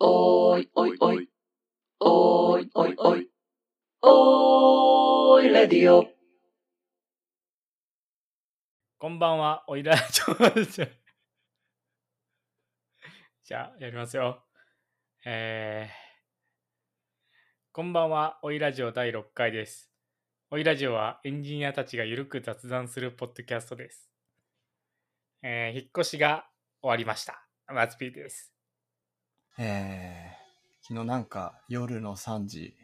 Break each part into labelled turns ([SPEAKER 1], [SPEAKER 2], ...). [SPEAKER 1] おーいおいおい。おーいおいおい。おーいレディオ。
[SPEAKER 2] こんばんは、おいら、ちょ、ちょじゃあ、やりますよ。えー、こんばんは、おいラジオ第6回です。おいラジオはエンジニアたちがゆるく雑談するポッドキャストです。えー、引っ越しが終わりました。マツピーです。
[SPEAKER 3] えー、昨日なんか夜の3時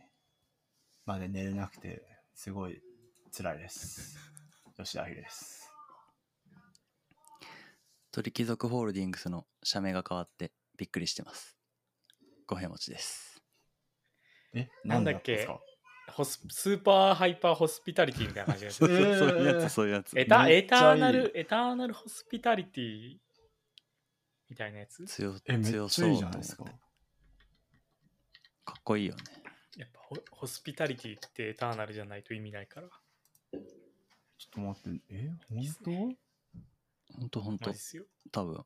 [SPEAKER 3] まで寝れなくてすごい辛いです。吉田明です。
[SPEAKER 4] 鳥貴族ホールディングスの社名が変わってびっくりしてます。五平持ちです。
[SPEAKER 3] え、
[SPEAKER 2] なんだっけホススーパーハイパーホスピタリティみたいな感じです
[SPEAKER 4] そ う
[SPEAKER 2] ね。
[SPEAKER 4] そうそういうや
[SPEAKER 3] えー
[SPEAKER 4] つ、そういうやつ。
[SPEAKER 2] エタ
[SPEAKER 3] め
[SPEAKER 2] エ
[SPEAKER 3] っちゃ
[SPEAKER 2] ター
[SPEAKER 3] いい
[SPEAKER 2] ナル、エターナルホスピタリティみたいなやつ
[SPEAKER 4] 強
[SPEAKER 3] え、めっ
[SPEAKER 4] 強
[SPEAKER 3] ち
[SPEAKER 4] そ
[SPEAKER 3] ゃい
[SPEAKER 4] う
[SPEAKER 3] い
[SPEAKER 4] と
[SPEAKER 3] じゃない
[SPEAKER 4] 思って
[SPEAKER 3] ですか。
[SPEAKER 4] かっこいいよね。
[SPEAKER 2] やっぱホホスピタリティってエターナルじゃないと意味ないから。
[SPEAKER 3] ちょっと待って、え、
[SPEAKER 2] いいっすね
[SPEAKER 3] 本
[SPEAKER 4] ほんとほん
[SPEAKER 2] マジ
[SPEAKER 4] と
[SPEAKER 2] っ、すよ。
[SPEAKER 4] 多分。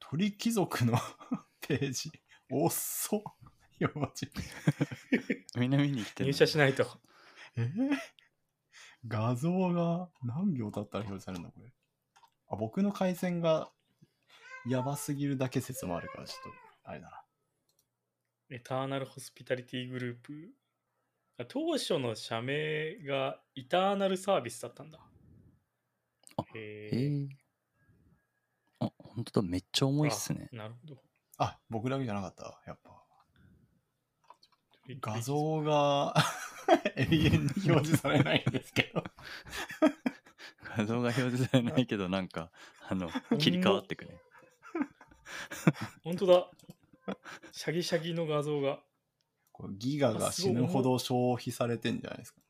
[SPEAKER 3] 当鳥貴族の ページ、おっそ。よまち。
[SPEAKER 4] 南に来て
[SPEAKER 2] 入社しないと。
[SPEAKER 3] えー、画像が何秒経ったら表示されるんだ、これ。あ、僕の回線がやばすぎるだけ説もあるから、ちょっと、あれだな。
[SPEAKER 2] エターナルホスピタリティグループ。あ当初の社名がイターナルサービスだったんだ。
[SPEAKER 4] あ
[SPEAKER 2] へ
[SPEAKER 4] えー。あ、ほんとだ、めっちゃ重いっすね。
[SPEAKER 2] あなるほど。
[SPEAKER 3] あ、僕だけじゃなかった、やっぱ。画 像が永遠に表示されないんですけど。
[SPEAKER 4] 画像が表示されないけど、なんか、あの、切り替わってくね。
[SPEAKER 2] 本当だ。シャギシャギの画像が。
[SPEAKER 3] これギガが死ぬほど消費されてんじゃないですか。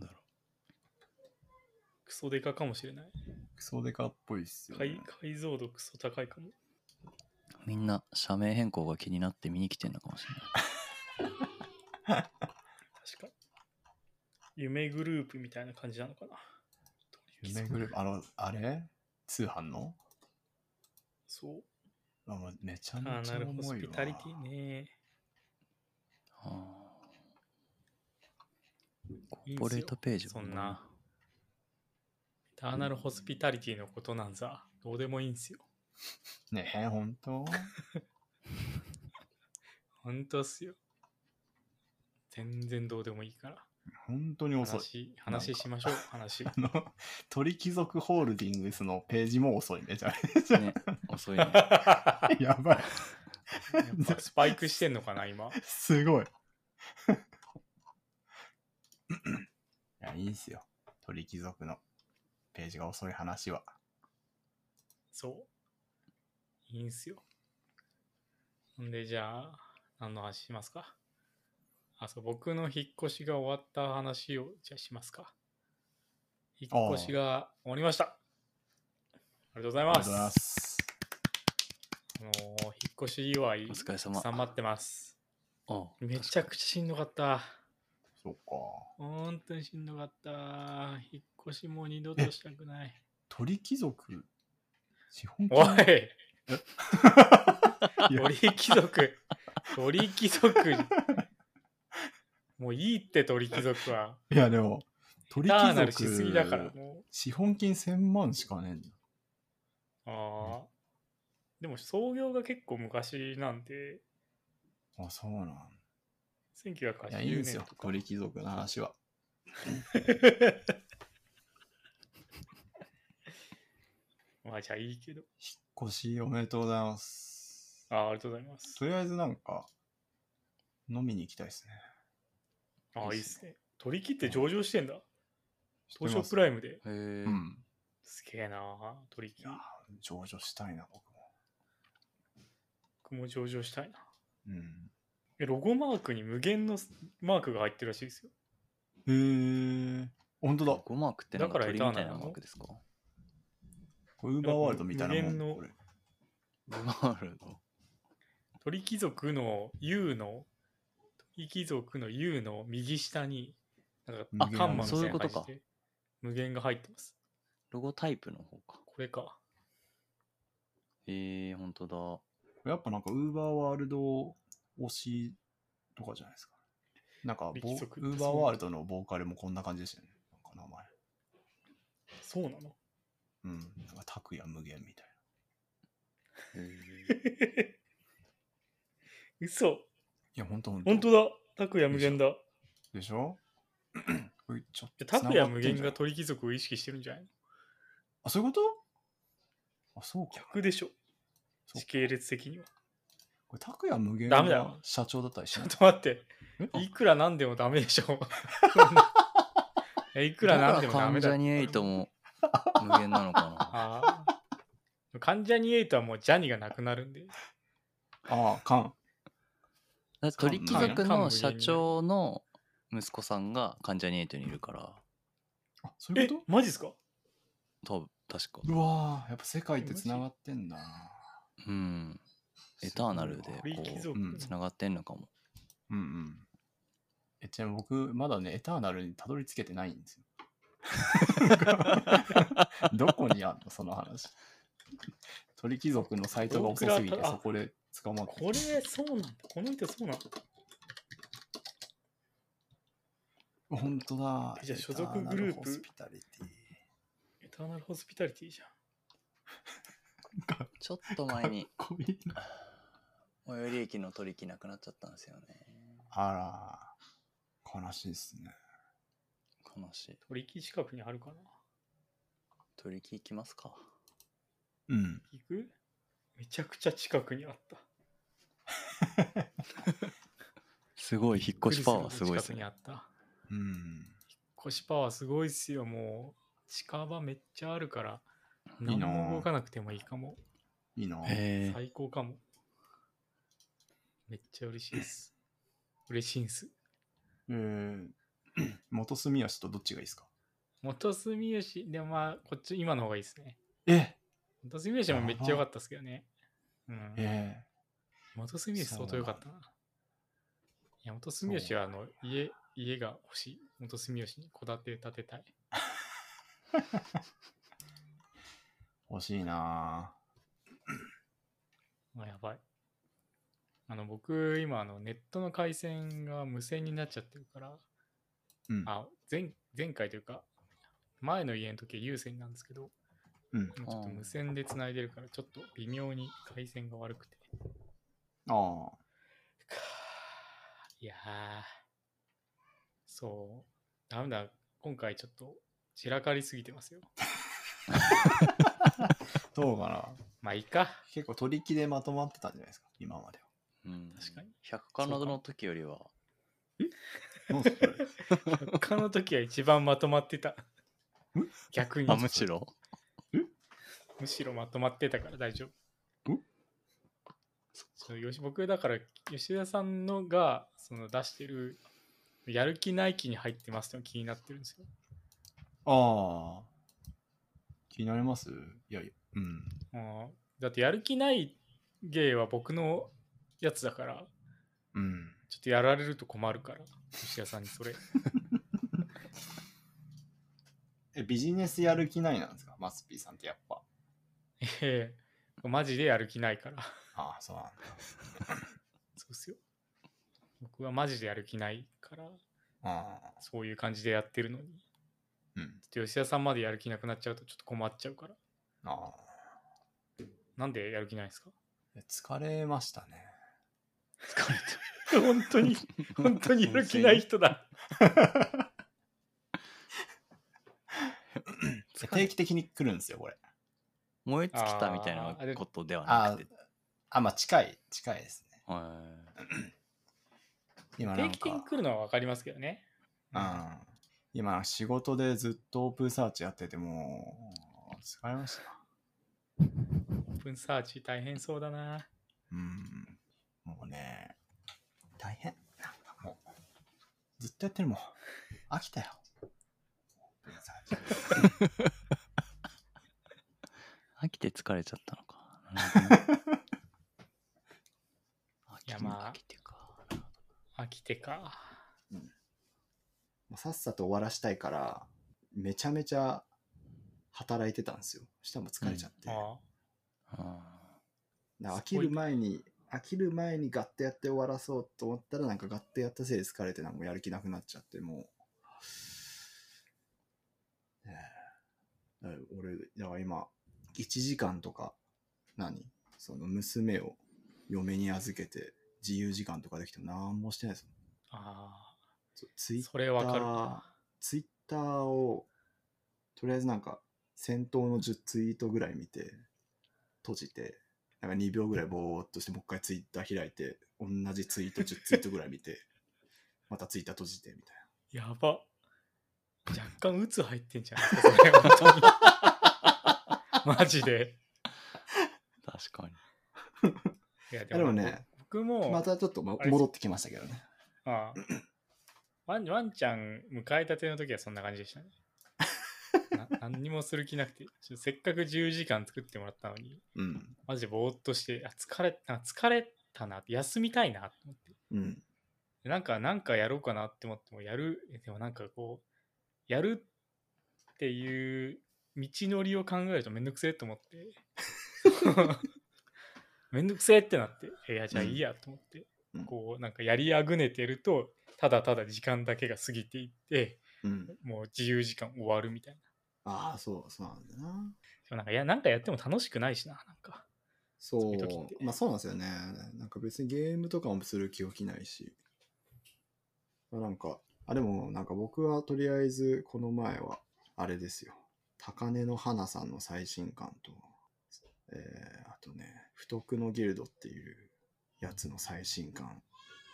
[SPEAKER 4] なんだろ
[SPEAKER 2] クソデカかもしれない。
[SPEAKER 3] クソデカっぽいっすよ、ね
[SPEAKER 2] 解。解像度クソ高いかも。
[SPEAKER 4] うみんな、社名変更が気になって見に来てんのかもしれない。
[SPEAKER 2] 確か。夢グループみたいな感じなのかな。
[SPEAKER 3] 夢グループ、あの、あれ通販の
[SPEAKER 2] そう。
[SPEAKER 3] あもうめちゃ
[SPEAKER 2] あ
[SPEAKER 3] め
[SPEAKER 2] ー
[SPEAKER 3] ち
[SPEAKER 2] な
[SPEAKER 3] ゃ
[SPEAKER 2] るほど。ホ
[SPEAKER 3] 重
[SPEAKER 2] ス
[SPEAKER 3] い
[SPEAKER 2] ピ
[SPEAKER 3] わ
[SPEAKER 2] タリティね。
[SPEAKER 4] あーコーポレートページ
[SPEAKER 2] そんな。エターナルホスピタリティのことなんざ、どうでもいいんすよ。
[SPEAKER 3] ねえ、ほんと
[SPEAKER 2] ほんとっすよ。全然どうでもいいから。
[SPEAKER 3] 本当に遅い。
[SPEAKER 2] 話、話しましょう、 話。
[SPEAKER 3] あの、鳥貴族ホールディングスのページも遅い、めちゃめちゃ。
[SPEAKER 4] ね、遅い
[SPEAKER 2] や
[SPEAKER 4] ね
[SPEAKER 2] っ。ぱ
[SPEAKER 3] やばい。
[SPEAKER 2] スパイクしてんのかな、今。
[SPEAKER 3] すごい。いや、いいんすよ。鳥貴族のページが遅い話は。
[SPEAKER 2] そう。いいんすよ。んで、じゃあ、何の話しますかあ、そう、僕の引っ越しが終わった話を、じゃあしますか。引っ越しが終わりました。ありがとうござい
[SPEAKER 3] あ
[SPEAKER 2] ま
[SPEAKER 3] りがと
[SPEAKER 2] す。
[SPEAKER 3] うございます。
[SPEAKER 2] あのー引っ越し祝い、
[SPEAKER 4] お疲
[SPEAKER 2] たく
[SPEAKER 4] れ様。
[SPEAKER 2] さん待ってます。
[SPEAKER 4] あ
[SPEAKER 2] めちゃくちゃしんどかった。
[SPEAKER 3] そうか。
[SPEAKER 2] 本当にしんどかった。引っ越しもう二度としたくない。
[SPEAKER 3] 鳥貴族資本
[SPEAKER 2] お
[SPEAKER 3] 金
[SPEAKER 2] い
[SPEAKER 3] いや
[SPEAKER 2] 鳥貴族鳥貴族もういいって鳥貴族はい
[SPEAKER 3] や、でも、鳥
[SPEAKER 2] ターナル
[SPEAKER 3] 貴
[SPEAKER 2] しすぎだから
[SPEAKER 3] 族
[SPEAKER 2] も
[SPEAKER 3] 資本金1000万しかねえんだ。
[SPEAKER 2] うあーでも創業が結構昔なんで
[SPEAKER 3] あ、そうなんだ。いや、いい
[SPEAKER 2] 1980
[SPEAKER 3] んす
[SPEAKER 2] 年
[SPEAKER 3] よ
[SPEAKER 2] と。か
[SPEAKER 3] 鳥貴族の話は。
[SPEAKER 2] まあじゃあいいけど
[SPEAKER 3] 引っ越しおめでとうございます。
[SPEAKER 2] あーありがとうございます
[SPEAKER 3] とりあえずなんか、飲みに行きたいですね。
[SPEAKER 2] ああいいっすね鳥貴って上場してんだ東証プ
[SPEAKER 3] ラ
[SPEAKER 2] ライムで
[SPEAKER 4] へえ。
[SPEAKER 3] うん。
[SPEAKER 2] すげえなあ鳥貴
[SPEAKER 3] いやー上場したいな、僕も。
[SPEAKER 2] 僕も上場したいな
[SPEAKER 3] うん。
[SPEAKER 2] えロゴマークに無限のマークが入ってるらしいですよ
[SPEAKER 3] へえ。本当だ。
[SPEAKER 4] ゴマークってなんか
[SPEAKER 2] だから
[SPEAKER 4] 鳥みた
[SPEAKER 2] エターナ
[SPEAKER 4] い
[SPEAKER 2] ルな
[SPEAKER 4] な
[SPEAKER 2] の
[SPEAKER 4] マークですか
[SPEAKER 3] これウーバーワールドみたいなも
[SPEAKER 2] 無限の
[SPEAKER 3] ん。これ
[SPEAKER 4] ゴマールド。
[SPEAKER 2] 鳥貴族の U の鳥貴族の U の右下になんか
[SPEAKER 3] 無
[SPEAKER 2] 看
[SPEAKER 3] 限
[SPEAKER 2] 板みた
[SPEAKER 4] そうい
[SPEAKER 2] いうな
[SPEAKER 4] こと
[SPEAKER 2] 感
[SPEAKER 4] か
[SPEAKER 2] じで無限が入ってます
[SPEAKER 4] ロゴタイプの方か。
[SPEAKER 2] これか
[SPEAKER 4] えー、ほんとだ。
[SPEAKER 3] やっぱなんか、ウーバーワールド推しとかじゃないですか。なんかボ
[SPEAKER 2] 力
[SPEAKER 3] ー、
[SPEAKER 2] 作
[SPEAKER 3] ウーバーワールドのボーカルもこんな感じでしたよね。なんか名前。
[SPEAKER 2] そうなの
[SPEAKER 3] うん。なんか、拓也無限みたい
[SPEAKER 2] 嘘
[SPEAKER 3] な。いや、本当
[SPEAKER 2] 本当だ拓也無限だ
[SPEAKER 3] でしょ これちょっと
[SPEAKER 2] 拓也無
[SPEAKER 3] 繋がってん
[SPEAKER 2] 限
[SPEAKER 3] じゃ
[SPEAKER 2] が
[SPEAKER 3] ない
[SPEAKER 2] 鳥貴族を意識してるんじゃない
[SPEAKER 3] あ、そういうことあ、そうか。
[SPEAKER 2] 逆でしょ
[SPEAKER 3] そう
[SPEAKER 2] 時系列的には
[SPEAKER 3] これ、拓也無限
[SPEAKER 2] ダメだよ
[SPEAKER 3] が社長だったりし
[SPEAKER 2] ちょ
[SPEAKER 3] な
[SPEAKER 2] っ
[SPEAKER 3] い
[SPEAKER 2] と待って
[SPEAKER 3] えあ
[SPEAKER 2] いくらなんでもダメでしょえいくらなんでもダメ
[SPEAKER 4] 関ジ
[SPEAKER 2] だ
[SPEAKER 4] ャニエイトも無限なの か
[SPEAKER 2] あー関ジャニエイトはもうジャニがなくなるんで
[SPEAKER 3] ああ、かん。
[SPEAKER 4] な。だ鳥貴族の社長の息子さんが関ジャニエイトにいるから、
[SPEAKER 3] あ、そうい
[SPEAKER 2] え
[SPEAKER 3] うこ
[SPEAKER 2] マジですか
[SPEAKER 4] 多分確か。
[SPEAKER 3] とうわーやっぱ世界って繋がってんだ。
[SPEAKER 4] うん。エターナルで
[SPEAKER 3] こ
[SPEAKER 4] こ
[SPEAKER 3] う
[SPEAKER 2] 鳥貴
[SPEAKER 4] う、
[SPEAKER 2] 族
[SPEAKER 3] うん
[SPEAKER 4] つながってんのかも。
[SPEAKER 3] うんうん。え、ちなみに僕、まだね、エターナルにたどり着けてないん ですよ。どこにあんの、そ の話。鳥貴族のサイトが遅すぎて、
[SPEAKER 2] 僕ら
[SPEAKER 3] そこで捕まって
[SPEAKER 2] これそうなんだこの人そうなんだ
[SPEAKER 3] 本当だ。
[SPEAKER 2] じゃあ所属グループ
[SPEAKER 3] エタナホスピタリティ。
[SPEAKER 2] エターナルホスピタリティじゃん
[SPEAKER 4] ちょっと前 に
[SPEAKER 3] かっこいいな
[SPEAKER 4] 最寄り駅の取り木なくなっちゃったんですよね。
[SPEAKER 3] あら、悲しいですね。
[SPEAKER 4] 悲しい。
[SPEAKER 2] 鳥貴近くにあるかな
[SPEAKER 4] 取り木行きますか。
[SPEAKER 3] うん。
[SPEAKER 2] 行くめちゃくちゃ近くにあった
[SPEAKER 4] すごい、引っ越しパワーすごいで
[SPEAKER 2] ですす
[SPEAKER 4] ね
[SPEAKER 2] ね。
[SPEAKER 3] うん。
[SPEAKER 2] コシパワーすごいっすよ、もう。近場めっちゃあるから、
[SPEAKER 3] いい
[SPEAKER 2] 何
[SPEAKER 3] なぁ
[SPEAKER 2] も動かなくてもいいかも。
[SPEAKER 3] いいな。
[SPEAKER 4] へえ。
[SPEAKER 2] 最高かも。めっちゃ嬉しいです。嬉しいんす。
[SPEAKER 3] えー、 元住吉とどっちがいいですか
[SPEAKER 2] 元住吉、でもまあ、こっち、今の方がいいですね。
[SPEAKER 3] え
[SPEAKER 2] 元住吉もめっちゃ良かったっすけどね。うん。
[SPEAKER 3] え
[SPEAKER 2] 元住吉相当良かったな。いや、元住吉は、あの、家、家が欲しい。元住吉に戸建て建てたい。
[SPEAKER 3] ー、欲しいな
[SPEAKER 2] あやばい。あの、僕、今、あの、ネットの回線が無線になっちゃってるから、
[SPEAKER 3] うん。
[SPEAKER 2] あ、前、前回というか、前の家の時は有線なんですけど、
[SPEAKER 3] うん
[SPEAKER 2] 今ちょっと無線で繋いでるから、ちょっと微妙に回線が悪くて。
[SPEAKER 3] ああ。
[SPEAKER 2] かーいやー、そう、ダメだ、今回ちょっと散らかりすぎてますよ。
[SPEAKER 3] どうかな
[SPEAKER 2] まあいい か。
[SPEAKER 3] 結構取り木でまとまってたんじゃないですか今までは。
[SPEAKER 4] うん
[SPEAKER 2] 確かに。
[SPEAKER 4] 100カナドの時よりは、
[SPEAKER 3] なんすかこれ
[SPEAKER 2] 他の時は一番まとまってた。逆に。
[SPEAKER 4] あ、むしろ。
[SPEAKER 2] むしろまとまってたから大丈夫
[SPEAKER 3] ん。
[SPEAKER 2] そうよし僕だから吉田さんのがその出してるやる気ない気に入ってますってのが気になってるんですよ。
[SPEAKER 3] ああ。気になりますいやいや。うん。
[SPEAKER 2] うんだってやる気ない芸は僕のやつだから
[SPEAKER 3] うん。
[SPEAKER 2] ちょっとやられると困るから吉田さんに それ。
[SPEAKER 3] え、ビジネスやる気ないなんですかマスピーさんってやっぱ。
[SPEAKER 2] ええマジでやる気ないから。
[SPEAKER 3] ああ、そうなんだ。
[SPEAKER 2] そうっすよ。僕はマジでやる気ないから
[SPEAKER 3] ああ。
[SPEAKER 2] そういう感じでやってるのに
[SPEAKER 3] うん。
[SPEAKER 2] ちょっと吉田さんまでやる気なくなっちゃうとちょっと困っちゃうから。
[SPEAKER 3] ああ。
[SPEAKER 2] なんでやる気ないんですか
[SPEAKER 3] いや疲れましたね。
[SPEAKER 4] 疲れ
[SPEAKER 2] 本当に、
[SPEAKER 4] た。
[SPEAKER 2] 本当にやる気ない人だ。
[SPEAKER 3] いや定期的に来るんですよ、これ。
[SPEAKER 4] 燃え尽きたみたいな
[SPEAKER 2] あーで
[SPEAKER 4] ことではなくて。
[SPEAKER 3] あ、まあ近い、近いですね。
[SPEAKER 4] はい
[SPEAKER 3] 今な
[SPEAKER 2] 定
[SPEAKER 3] ん
[SPEAKER 2] 期的に
[SPEAKER 3] か、
[SPEAKER 2] 来るのは分かりますけどね。
[SPEAKER 3] うん。今仕事でずっとオープンサーチやっててもう、疲れました。
[SPEAKER 2] オープンサーチ大変そうだな。
[SPEAKER 3] うん。もうね、大変。なんかもう、ずっとやってるもん。飽きたよ。 オープンサーチ
[SPEAKER 4] 飽きて疲れちゃったのか。なるほどね飽
[SPEAKER 2] いや
[SPEAKER 4] き
[SPEAKER 2] まあ
[SPEAKER 4] 飽きてか。
[SPEAKER 2] 飽きてか。
[SPEAKER 3] もうさっさと終わらしたいから、めちゃめちゃ働いてたんですよ。そしたらもう疲れちゃって。
[SPEAKER 2] ああ
[SPEAKER 4] あ
[SPEAKER 3] な飽きる前に、飽きる前にガッてやって終わらそうと思ったら、なんかガッてやったせいで疲れて、なんかやる気なくなっちゃって、もう。ねえだから俺、だから今、1時間とか、何その娘を嫁に預けて、自由時間とかできても何もしてないですもん。
[SPEAKER 2] あ
[SPEAKER 3] そうツイ
[SPEAKER 2] あ、
[SPEAKER 3] ッ
[SPEAKER 2] それわかるな。
[SPEAKER 3] ツイッターを、とりあえずなんか、先頭の10ツイートぐらい見て、閉じて、なんか2秒ぐらいぼーっとして、もう一回ツイッター開いて、同じツイート10ツイートぐらい見て、 またツイッター閉じて、みたい
[SPEAKER 2] やば。若干鬱入ってんじゃないですか、それ本当に。マジで。
[SPEAKER 4] 確かに。
[SPEAKER 2] いや、
[SPEAKER 3] な。でもね、
[SPEAKER 2] 僕も、
[SPEAKER 3] またちょっと、ま、
[SPEAKER 2] あれ
[SPEAKER 3] 戻ってきましたけどね。
[SPEAKER 2] ああワンワンちゃん迎えたての時はそんな感じで したね。な何にもする気なくて、ちょせっかく10時間作ってもらったのに、
[SPEAKER 3] うん。
[SPEAKER 2] マジでぼーっとして、あ疲れあ疲れたなって、休みたいなと思って。
[SPEAKER 3] うん。
[SPEAKER 2] でなんか、なんかやろうかなって思っても、やる、えでもなんかこう、やるっていう道のりを考えるとめんどくせえと思って。 めんどくせえってなって、えいや、じゃあいいやと思って、
[SPEAKER 3] うん
[SPEAKER 2] こう、なんかやりあぐねてると、ただただ時間だけが過ぎていって、
[SPEAKER 3] うん。
[SPEAKER 2] もう自由時間終わるみたいな。
[SPEAKER 3] ああ、そう、そうなんだよな。
[SPEAKER 2] でもなんか、いや、なんかやっても楽しくないしな、なんか。
[SPEAKER 3] そ
[SPEAKER 2] そういう時って
[SPEAKER 3] う。まあそうなんですよね。なんか別にゲームとかもする気起きないし。まあなんか、あ、でもなんか僕はとりあえずこの前は、あれですよ。高根の花さんの最新刊と、えー、あとね、不徳のギルドっていうやつの最新刊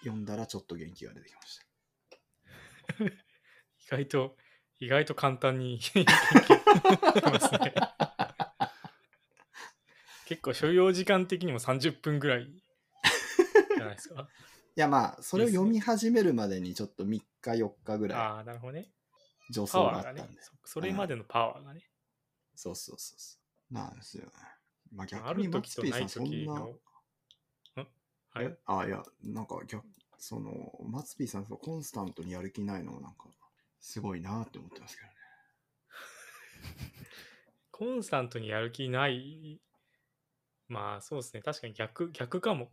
[SPEAKER 3] 読んだらちょっと元気が出てきました。
[SPEAKER 2] 意外と、意外と簡単に 研究してますね。結構所要時間的にも30分ぐらいじゃないですか。
[SPEAKER 3] いやまあ、それを読み始めるまでにちょっと3日4日ぐら
[SPEAKER 2] ああ、なるほどね。
[SPEAKER 3] い助走
[SPEAKER 2] パ
[SPEAKER 3] があ
[SPEAKER 2] ワ
[SPEAKER 3] っ
[SPEAKER 2] ー
[SPEAKER 3] た
[SPEAKER 2] が
[SPEAKER 3] んで
[SPEAKER 2] ね。そそれまでのパワーがね。
[SPEAKER 3] そうそうそうそう。なんですよね。まあ
[SPEAKER 2] あ
[SPEAKER 3] 逆に
[SPEAKER 2] る
[SPEAKER 3] マ
[SPEAKER 2] 時
[SPEAKER 3] ツ
[SPEAKER 2] と
[SPEAKER 3] ピー
[SPEAKER 2] な
[SPEAKER 3] さ
[SPEAKER 2] い
[SPEAKER 3] んそん
[SPEAKER 2] 時
[SPEAKER 3] な。
[SPEAKER 2] の。んは
[SPEAKER 3] え
[SPEAKER 2] い。
[SPEAKER 3] あ、いや、なんか逆、その、マツピーさんそのコンスタントにやる気ないのもなんか、すごいなって思ってますけどね。
[SPEAKER 2] コンスタントにやる気ない。まあそうですね。確かに逆、逆かも。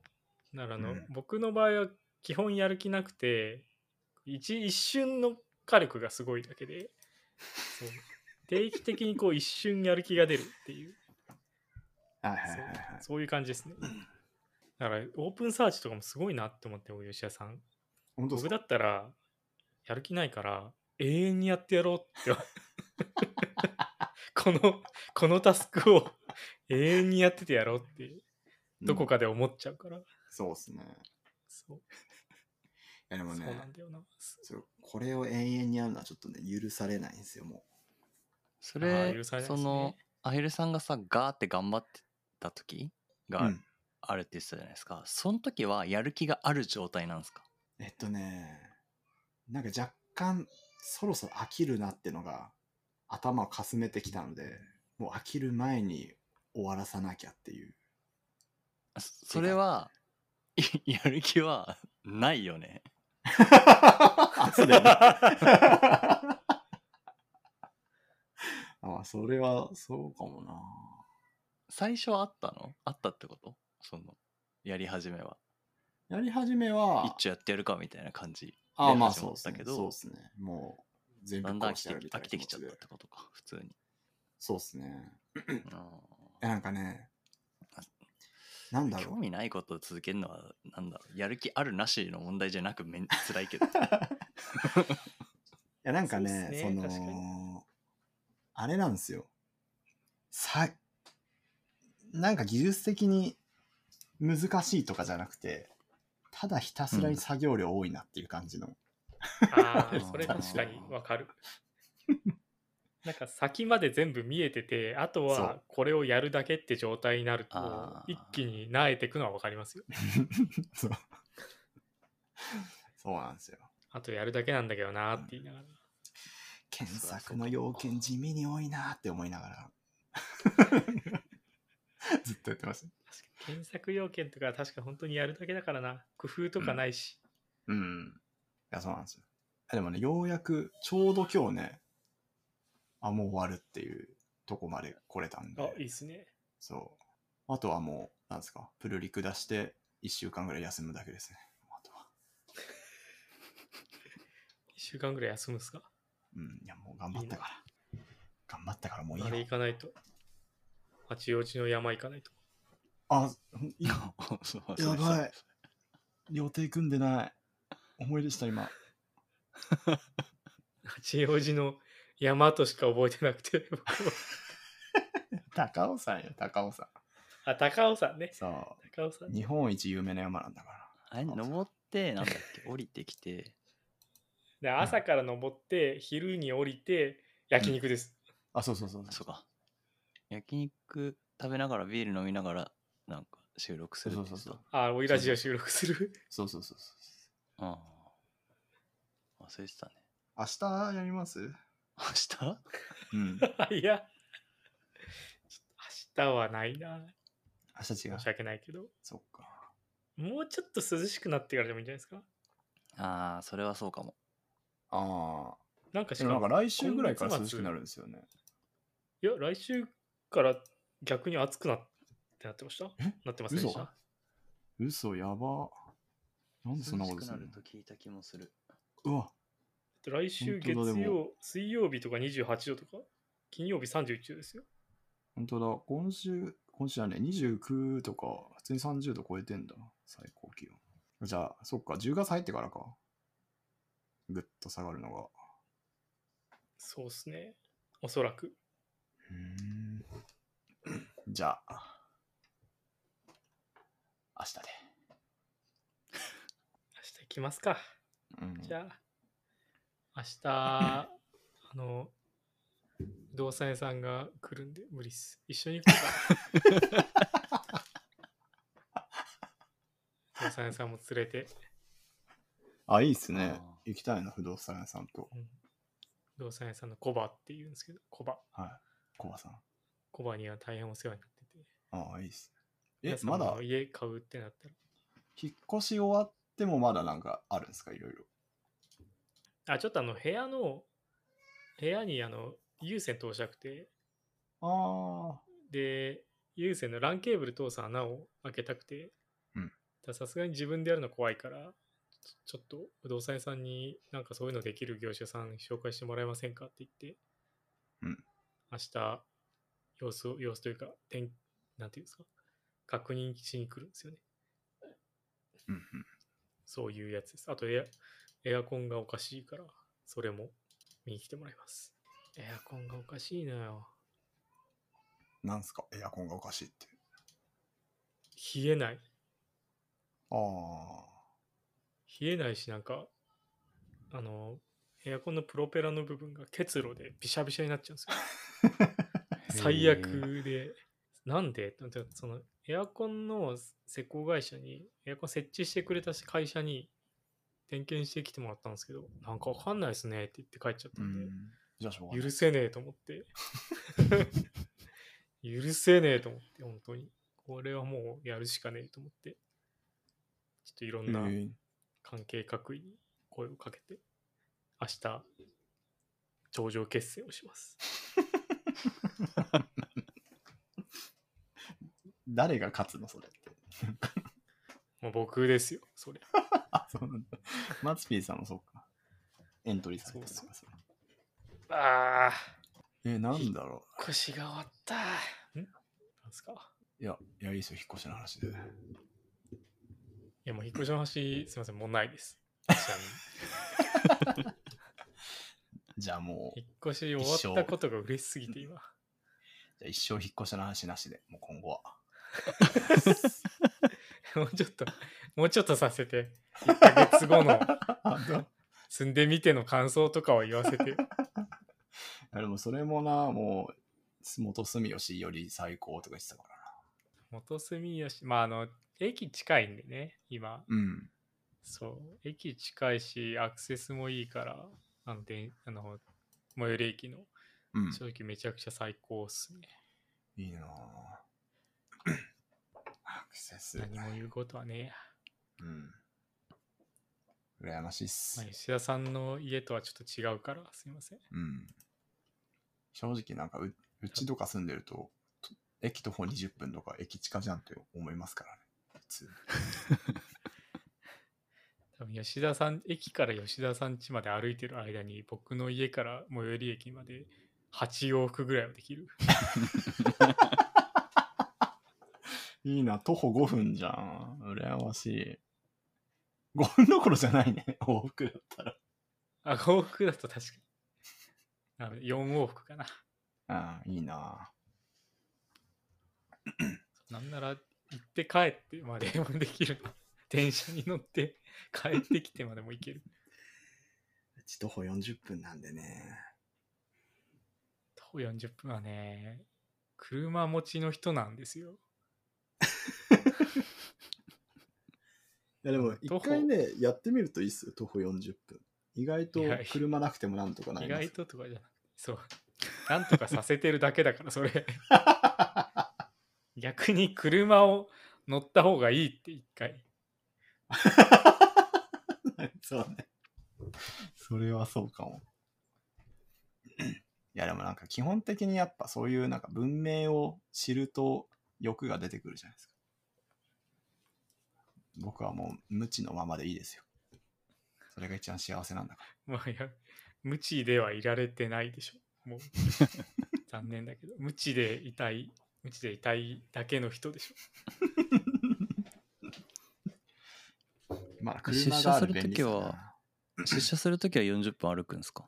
[SPEAKER 2] ならあの、
[SPEAKER 3] うん
[SPEAKER 2] 僕の場合は基本やる気なくて、一一瞬の火力がすごいだけで、 そう定期的にこう一瞬やる気が出るっていう、
[SPEAKER 3] はいはい
[SPEAKER 2] そ
[SPEAKER 3] は
[SPEAKER 2] う
[SPEAKER 3] いはい。
[SPEAKER 2] そういう感じですね。だからオープンサーチとかもすごいなって思って、僕吉田さん。
[SPEAKER 3] 本当です
[SPEAKER 2] 僕
[SPEAKER 3] か
[SPEAKER 2] だったら、やる気ないから、永遠にやってやろうって。 この、このタスクを永遠にやっててやろうって、どこ、
[SPEAKER 3] うん
[SPEAKER 2] かで思っちゃうから。
[SPEAKER 3] そうですね。い
[SPEAKER 2] そう
[SPEAKER 3] やでも
[SPEAKER 2] そうな
[SPEAKER 3] ね
[SPEAKER 2] ん、だよな。
[SPEAKER 3] そうこれを永遠にやるのはちょっとね、許されないんですよ、も
[SPEAKER 4] そ
[SPEAKER 2] あ
[SPEAKER 4] れ、
[SPEAKER 2] ー許されないです
[SPEAKER 4] そ
[SPEAKER 2] ね
[SPEAKER 4] の、アヒルさんがさ、ガーって頑張ってた時
[SPEAKER 3] う。
[SPEAKER 4] が
[SPEAKER 3] うん
[SPEAKER 4] あるって言ってたじゃないですか。その時はやる気がある状態なんですか
[SPEAKER 3] えっとね、なんか若干、そろそろ飽きるなってのが、頭をかすめてきたので、もう飽きる前に終わらさなきゃっていう。
[SPEAKER 4] そそれは、い やる気はないよね。
[SPEAKER 3] そうだよね あ、それは、そうかもな。
[SPEAKER 4] 最初はあったのあったってことその、やり始めは。
[SPEAKER 3] やり始めは、
[SPEAKER 4] 一応やってやるかみたいな感じ。
[SPEAKER 3] あ
[SPEAKER 4] で
[SPEAKER 3] まあ
[SPEAKER 4] 始
[SPEAKER 3] そ
[SPEAKER 4] ま
[SPEAKER 3] う
[SPEAKER 4] っ
[SPEAKER 3] です
[SPEAKER 4] た
[SPEAKER 3] ね
[SPEAKER 4] け。ど
[SPEAKER 3] そうですね。もう、全部
[SPEAKER 4] だんだ
[SPEAKER 3] こ
[SPEAKER 4] ん飽
[SPEAKER 3] う
[SPEAKER 4] き
[SPEAKER 3] して
[SPEAKER 4] て
[SPEAKER 3] やる
[SPEAKER 4] き
[SPEAKER 3] みた
[SPEAKER 4] 飽
[SPEAKER 3] いな
[SPEAKER 4] き
[SPEAKER 3] 気
[SPEAKER 4] て
[SPEAKER 3] 持
[SPEAKER 4] きちゃ
[SPEAKER 3] ち
[SPEAKER 4] っ
[SPEAKER 3] で
[SPEAKER 4] たっ。てことか、普通に。
[SPEAKER 3] そうですね。い
[SPEAKER 4] あ
[SPEAKER 3] やなんかね、なんだ
[SPEAKER 4] ー
[SPEAKER 3] ろ
[SPEAKER 4] 興
[SPEAKER 3] う。
[SPEAKER 4] 味ないことを続けるのは、なんだろう、やる気あるなしの問題じゃなく、めん辛い けど。
[SPEAKER 3] いや、なんか
[SPEAKER 2] そうっ
[SPEAKER 3] ね
[SPEAKER 2] す、ね
[SPEAKER 3] そ
[SPEAKER 2] 確か
[SPEAKER 3] の、あれなんですよ。さ、なんか技術的に難しいとかじゃなくて、ただひたすらに作業量多いなっていう感じの。
[SPEAKER 2] あ あ、それ確かにわかる。なんか先まで全部見えてて、あと
[SPEAKER 3] そ
[SPEAKER 2] は
[SPEAKER 3] う
[SPEAKER 2] これをやるだけって状態になると
[SPEAKER 4] あ、ー
[SPEAKER 2] 一気に慣れてくのはわかりますよ。
[SPEAKER 3] そう。そうなんですよ。
[SPEAKER 2] あとやるだけなんだけどなーって言いながら。
[SPEAKER 3] 検索の要件地味に多いなって思いながら。ずっとやってまし
[SPEAKER 2] 確
[SPEAKER 3] た。
[SPEAKER 2] かに検索要件とか確か本当にやるだけだからな工夫とかないし、
[SPEAKER 3] うん。いや、そうなんですよ。でもね、ようやく、ちょうど今日ね、あ、もう終わるっていうとこまで来れたん
[SPEAKER 2] あい
[SPEAKER 3] で、
[SPEAKER 2] いっすね
[SPEAKER 3] そう。あとはもう、なんですか、プルリク出して、1週間ぐらい休むだけですね。あとは。
[SPEAKER 2] 週間ぐらい休むんすか
[SPEAKER 3] うん、いや、もう頑張ったから。頑張ったからもういい
[SPEAKER 2] あれ
[SPEAKER 3] よ
[SPEAKER 2] 行。かないと。八王子の山行かないと。
[SPEAKER 3] あ、ほんいい
[SPEAKER 4] そう
[SPEAKER 3] や
[SPEAKER 4] そう
[SPEAKER 3] ばい予定組んでない。思い出した、今。
[SPEAKER 2] 八王子の山としか覚えてなくて。 僕は
[SPEAKER 3] 高尾山よ、高尾山。
[SPEAKER 2] あ、高尾山ね。
[SPEAKER 3] そ
[SPEAKER 2] 高尾山
[SPEAKER 3] う。。日本一有名な山なんだから。
[SPEAKER 4] あれ登っ てなんだっけ降りてきて
[SPEAKER 2] で朝から登って、昼に降りて、焼肉です。
[SPEAKER 3] あ、そうそうそう。
[SPEAKER 4] そうか焼肉食べながらビール飲みながらなんか収録す
[SPEAKER 3] そうそ
[SPEAKER 4] るん
[SPEAKER 3] う
[SPEAKER 4] で
[SPEAKER 3] そう
[SPEAKER 4] す
[SPEAKER 3] そ
[SPEAKER 4] か
[SPEAKER 3] う。
[SPEAKER 2] あ、おいらじを収録する。
[SPEAKER 3] そうそうそうそう。
[SPEAKER 4] ああ忘れてたね
[SPEAKER 3] 明日やります
[SPEAKER 4] 明日
[SPEAKER 3] うん。
[SPEAKER 2] いや、ちょっと明日はないな。
[SPEAKER 3] 明日違う
[SPEAKER 2] 申し。訳ないけど。
[SPEAKER 3] そっか。
[SPEAKER 2] もうちょっと涼しくなってからでもいいんじゃないですか
[SPEAKER 4] ああそれはそうかも
[SPEAKER 3] ああ。
[SPEAKER 2] なんかし
[SPEAKER 3] で
[SPEAKER 2] か
[SPEAKER 3] もなん
[SPEAKER 2] も
[SPEAKER 3] か来週ぐらいから
[SPEAKER 2] 今
[SPEAKER 3] 涼
[SPEAKER 2] 月
[SPEAKER 3] し
[SPEAKER 2] 末
[SPEAKER 3] くなるんですよね。
[SPEAKER 2] いや、来週から逆に暑くなってなってました
[SPEAKER 3] え
[SPEAKER 2] なってませんでした
[SPEAKER 3] 嘘やば。なんでそんなこと
[SPEAKER 4] 涼し
[SPEAKER 3] す
[SPEAKER 4] くな
[SPEAKER 3] る
[SPEAKER 4] る
[SPEAKER 3] の
[SPEAKER 4] と聞いた気もする
[SPEAKER 3] うわ、
[SPEAKER 2] 来週月
[SPEAKER 3] 本当だで
[SPEAKER 2] 曜
[SPEAKER 3] も、
[SPEAKER 2] 水曜日とか28度とか、金曜日31度ですよ。
[SPEAKER 3] 本当だ。今週、今週はね、29とか、普通に30度超えてんだ。最高気温。じゃあ、そっか、10月入ってからか。ぐっと下がるのが。う
[SPEAKER 2] そうっすね。おそらく。
[SPEAKER 3] ーん。じゃあ、明日で。
[SPEAKER 2] 明日行きますか。
[SPEAKER 3] うん、
[SPEAKER 2] じゃあ、明 日、あの、動産屋さんが来るんで無理っす。一緒に行こ うか。動産屋さんも連れて、
[SPEAKER 3] あ、いいっすね
[SPEAKER 4] あ。
[SPEAKER 3] 行きたいな、不動産屋さんと。
[SPEAKER 2] うん動産屋さんのコバって言うんですけど、コバ。
[SPEAKER 3] はい。コバさん。
[SPEAKER 2] コバには大変お世話になってて。
[SPEAKER 3] ああ、いいっすね。え
[SPEAKER 2] 皆、さん
[SPEAKER 3] まだ
[SPEAKER 2] も、家買うってなった
[SPEAKER 3] 引っ越し終わってもまだなんかあるんですか、いろいろ。
[SPEAKER 2] ら。あ、ちょっとあの、部屋の、部屋にあの、有線通したくて、
[SPEAKER 3] ああ。
[SPEAKER 2] で、有線の LAN ケーブル通す穴を開けたくて、
[SPEAKER 3] うん
[SPEAKER 2] たださすがに自分でやるの怖いから、ちょちょっと不動産屋さんになんかそういうのできる業者さん紹介してもらえませんかって言って、
[SPEAKER 3] うん
[SPEAKER 2] 明日、様子を、様子というか、点、なんていうんですか、確認しに来るんですよね。
[SPEAKER 3] うんうん。
[SPEAKER 2] そういうやつです。あとエア、エアコンがおかしいから、それも見に来てもらいます。エアコンがおかしいのよ。
[SPEAKER 3] なんすかエアコンがおかしいって。
[SPEAKER 2] 冷えない。
[SPEAKER 3] ああ。
[SPEAKER 2] 冷えないしなんかあのエアコンのプロペラの部分が結露でびしゃびし ゃになっちゃうんですよ最悪でなんでなんてそのエアコンの施工会社にエアコン設置してくれた会社に点検してきてもらったんですけどなんかわかんないですねって言って帰っちゃった
[SPEAKER 3] うん
[SPEAKER 2] で、
[SPEAKER 3] ん。じゃあしょうがない。
[SPEAKER 2] 許せねえと思って 許せねえと思って本当にこれはもうやるしかねえと思ってちょっといろんな、
[SPEAKER 3] えー
[SPEAKER 2] 関係各位に声をかけて、明日、頂上決戦をします。
[SPEAKER 3] 誰が勝つのそれって。
[SPEAKER 2] もう僕ですよ、そりゃ。
[SPEAKER 3] あ、そうなんだ。マツピーさんもそうか。エントリーされてるの
[SPEAKER 2] そ
[SPEAKER 3] かそれ
[SPEAKER 2] ああ、
[SPEAKER 3] え、なんだろ
[SPEAKER 2] 腰が終わった。んなんすか
[SPEAKER 3] う。いや、いや、いいですよ、引っ越しの話で。
[SPEAKER 2] いや、もう引っ越しの話、すいません、もうないです。ちなみに
[SPEAKER 3] じゃあも う、
[SPEAKER 2] 引っ越し終わったことが嬉しすぎて今。
[SPEAKER 3] じゃあ一生引っ越しの話なしで、もう今後は。
[SPEAKER 2] もうちょっと、もうちょっとさせて、1ヶ月後の 住んでみての感想とかを言わせて。
[SPEAKER 3] あでもそれもな、もう、元住吉より最高とか言ってたから
[SPEAKER 2] 元住吉、まああの、駅近いんでね、今。
[SPEAKER 3] な。うん。
[SPEAKER 2] そう、駅近いし、アクセスもいいから、あの、であの最寄り駅の、
[SPEAKER 3] うん。
[SPEAKER 2] 正直めちゃくちゃ最高っすね。
[SPEAKER 3] いいなぁ アクセス。
[SPEAKER 2] 何も言うことはね
[SPEAKER 3] うん。羨ましいっ
[SPEAKER 2] えや、
[SPEAKER 3] す
[SPEAKER 2] まあ。吉田さんの家とはちょっと違うから、すいません。
[SPEAKER 3] うん。正直なんかう、うちとか住んでると、と駅徒歩20分とか駅近じゃんって思いますからね。普通。
[SPEAKER 2] 多分吉田さん、駅から吉田さん家まで歩いてる間に、僕の家から最寄り駅まで8往復ぐらいはできる。
[SPEAKER 3] いいな、徒歩5分じゃん。羨ましい。5分どころじゃないね、 往復だったら。
[SPEAKER 2] あ、往復だと確かに。4往復かな。
[SPEAKER 3] ああ、いいな。
[SPEAKER 2] なんなら行って帰ってまでもできる な。電車に乗って帰ってきてまでも行ける。
[SPEAKER 3] うち徒歩40分なんでね。
[SPEAKER 2] 徒歩40分はね、車持ちの人なんですよ。
[SPEAKER 3] いやでも、一回ね、やってみるといいっすよ、徒歩40分。意外と
[SPEAKER 2] いや
[SPEAKER 3] 車なくてもなんとかな
[SPEAKER 2] 意
[SPEAKER 3] りま
[SPEAKER 2] 外
[SPEAKER 3] す。
[SPEAKER 2] ととかじゃなくて、そう。なんとかさせてるだけだから、そ れ。逆に車を乗った方がいいって一回。
[SPEAKER 3] そうね。それはそうかも。いやでもなんか基本的にやっぱそういうなんか文明を知ると欲が出てくるじゃないですか。僕はもう無知のままでいいですよ。それが一番幸せなんだから。
[SPEAKER 2] まあいや、無知ではいられてないでしょ。 もう。残念だけど、無知でいたい、無知でいたいだけの人でしょ。
[SPEAKER 3] まあ
[SPEAKER 4] 出
[SPEAKER 3] 車
[SPEAKER 4] 社
[SPEAKER 3] があ
[SPEAKER 4] す
[SPEAKER 3] る
[SPEAKER 4] る
[SPEAKER 3] 便利
[SPEAKER 4] 時
[SPEAKER 3] さ
[SPEAKER 4] は
[SPEAKER 3] だな
[SPEAKER 4] 出社するときは40分歩くんですか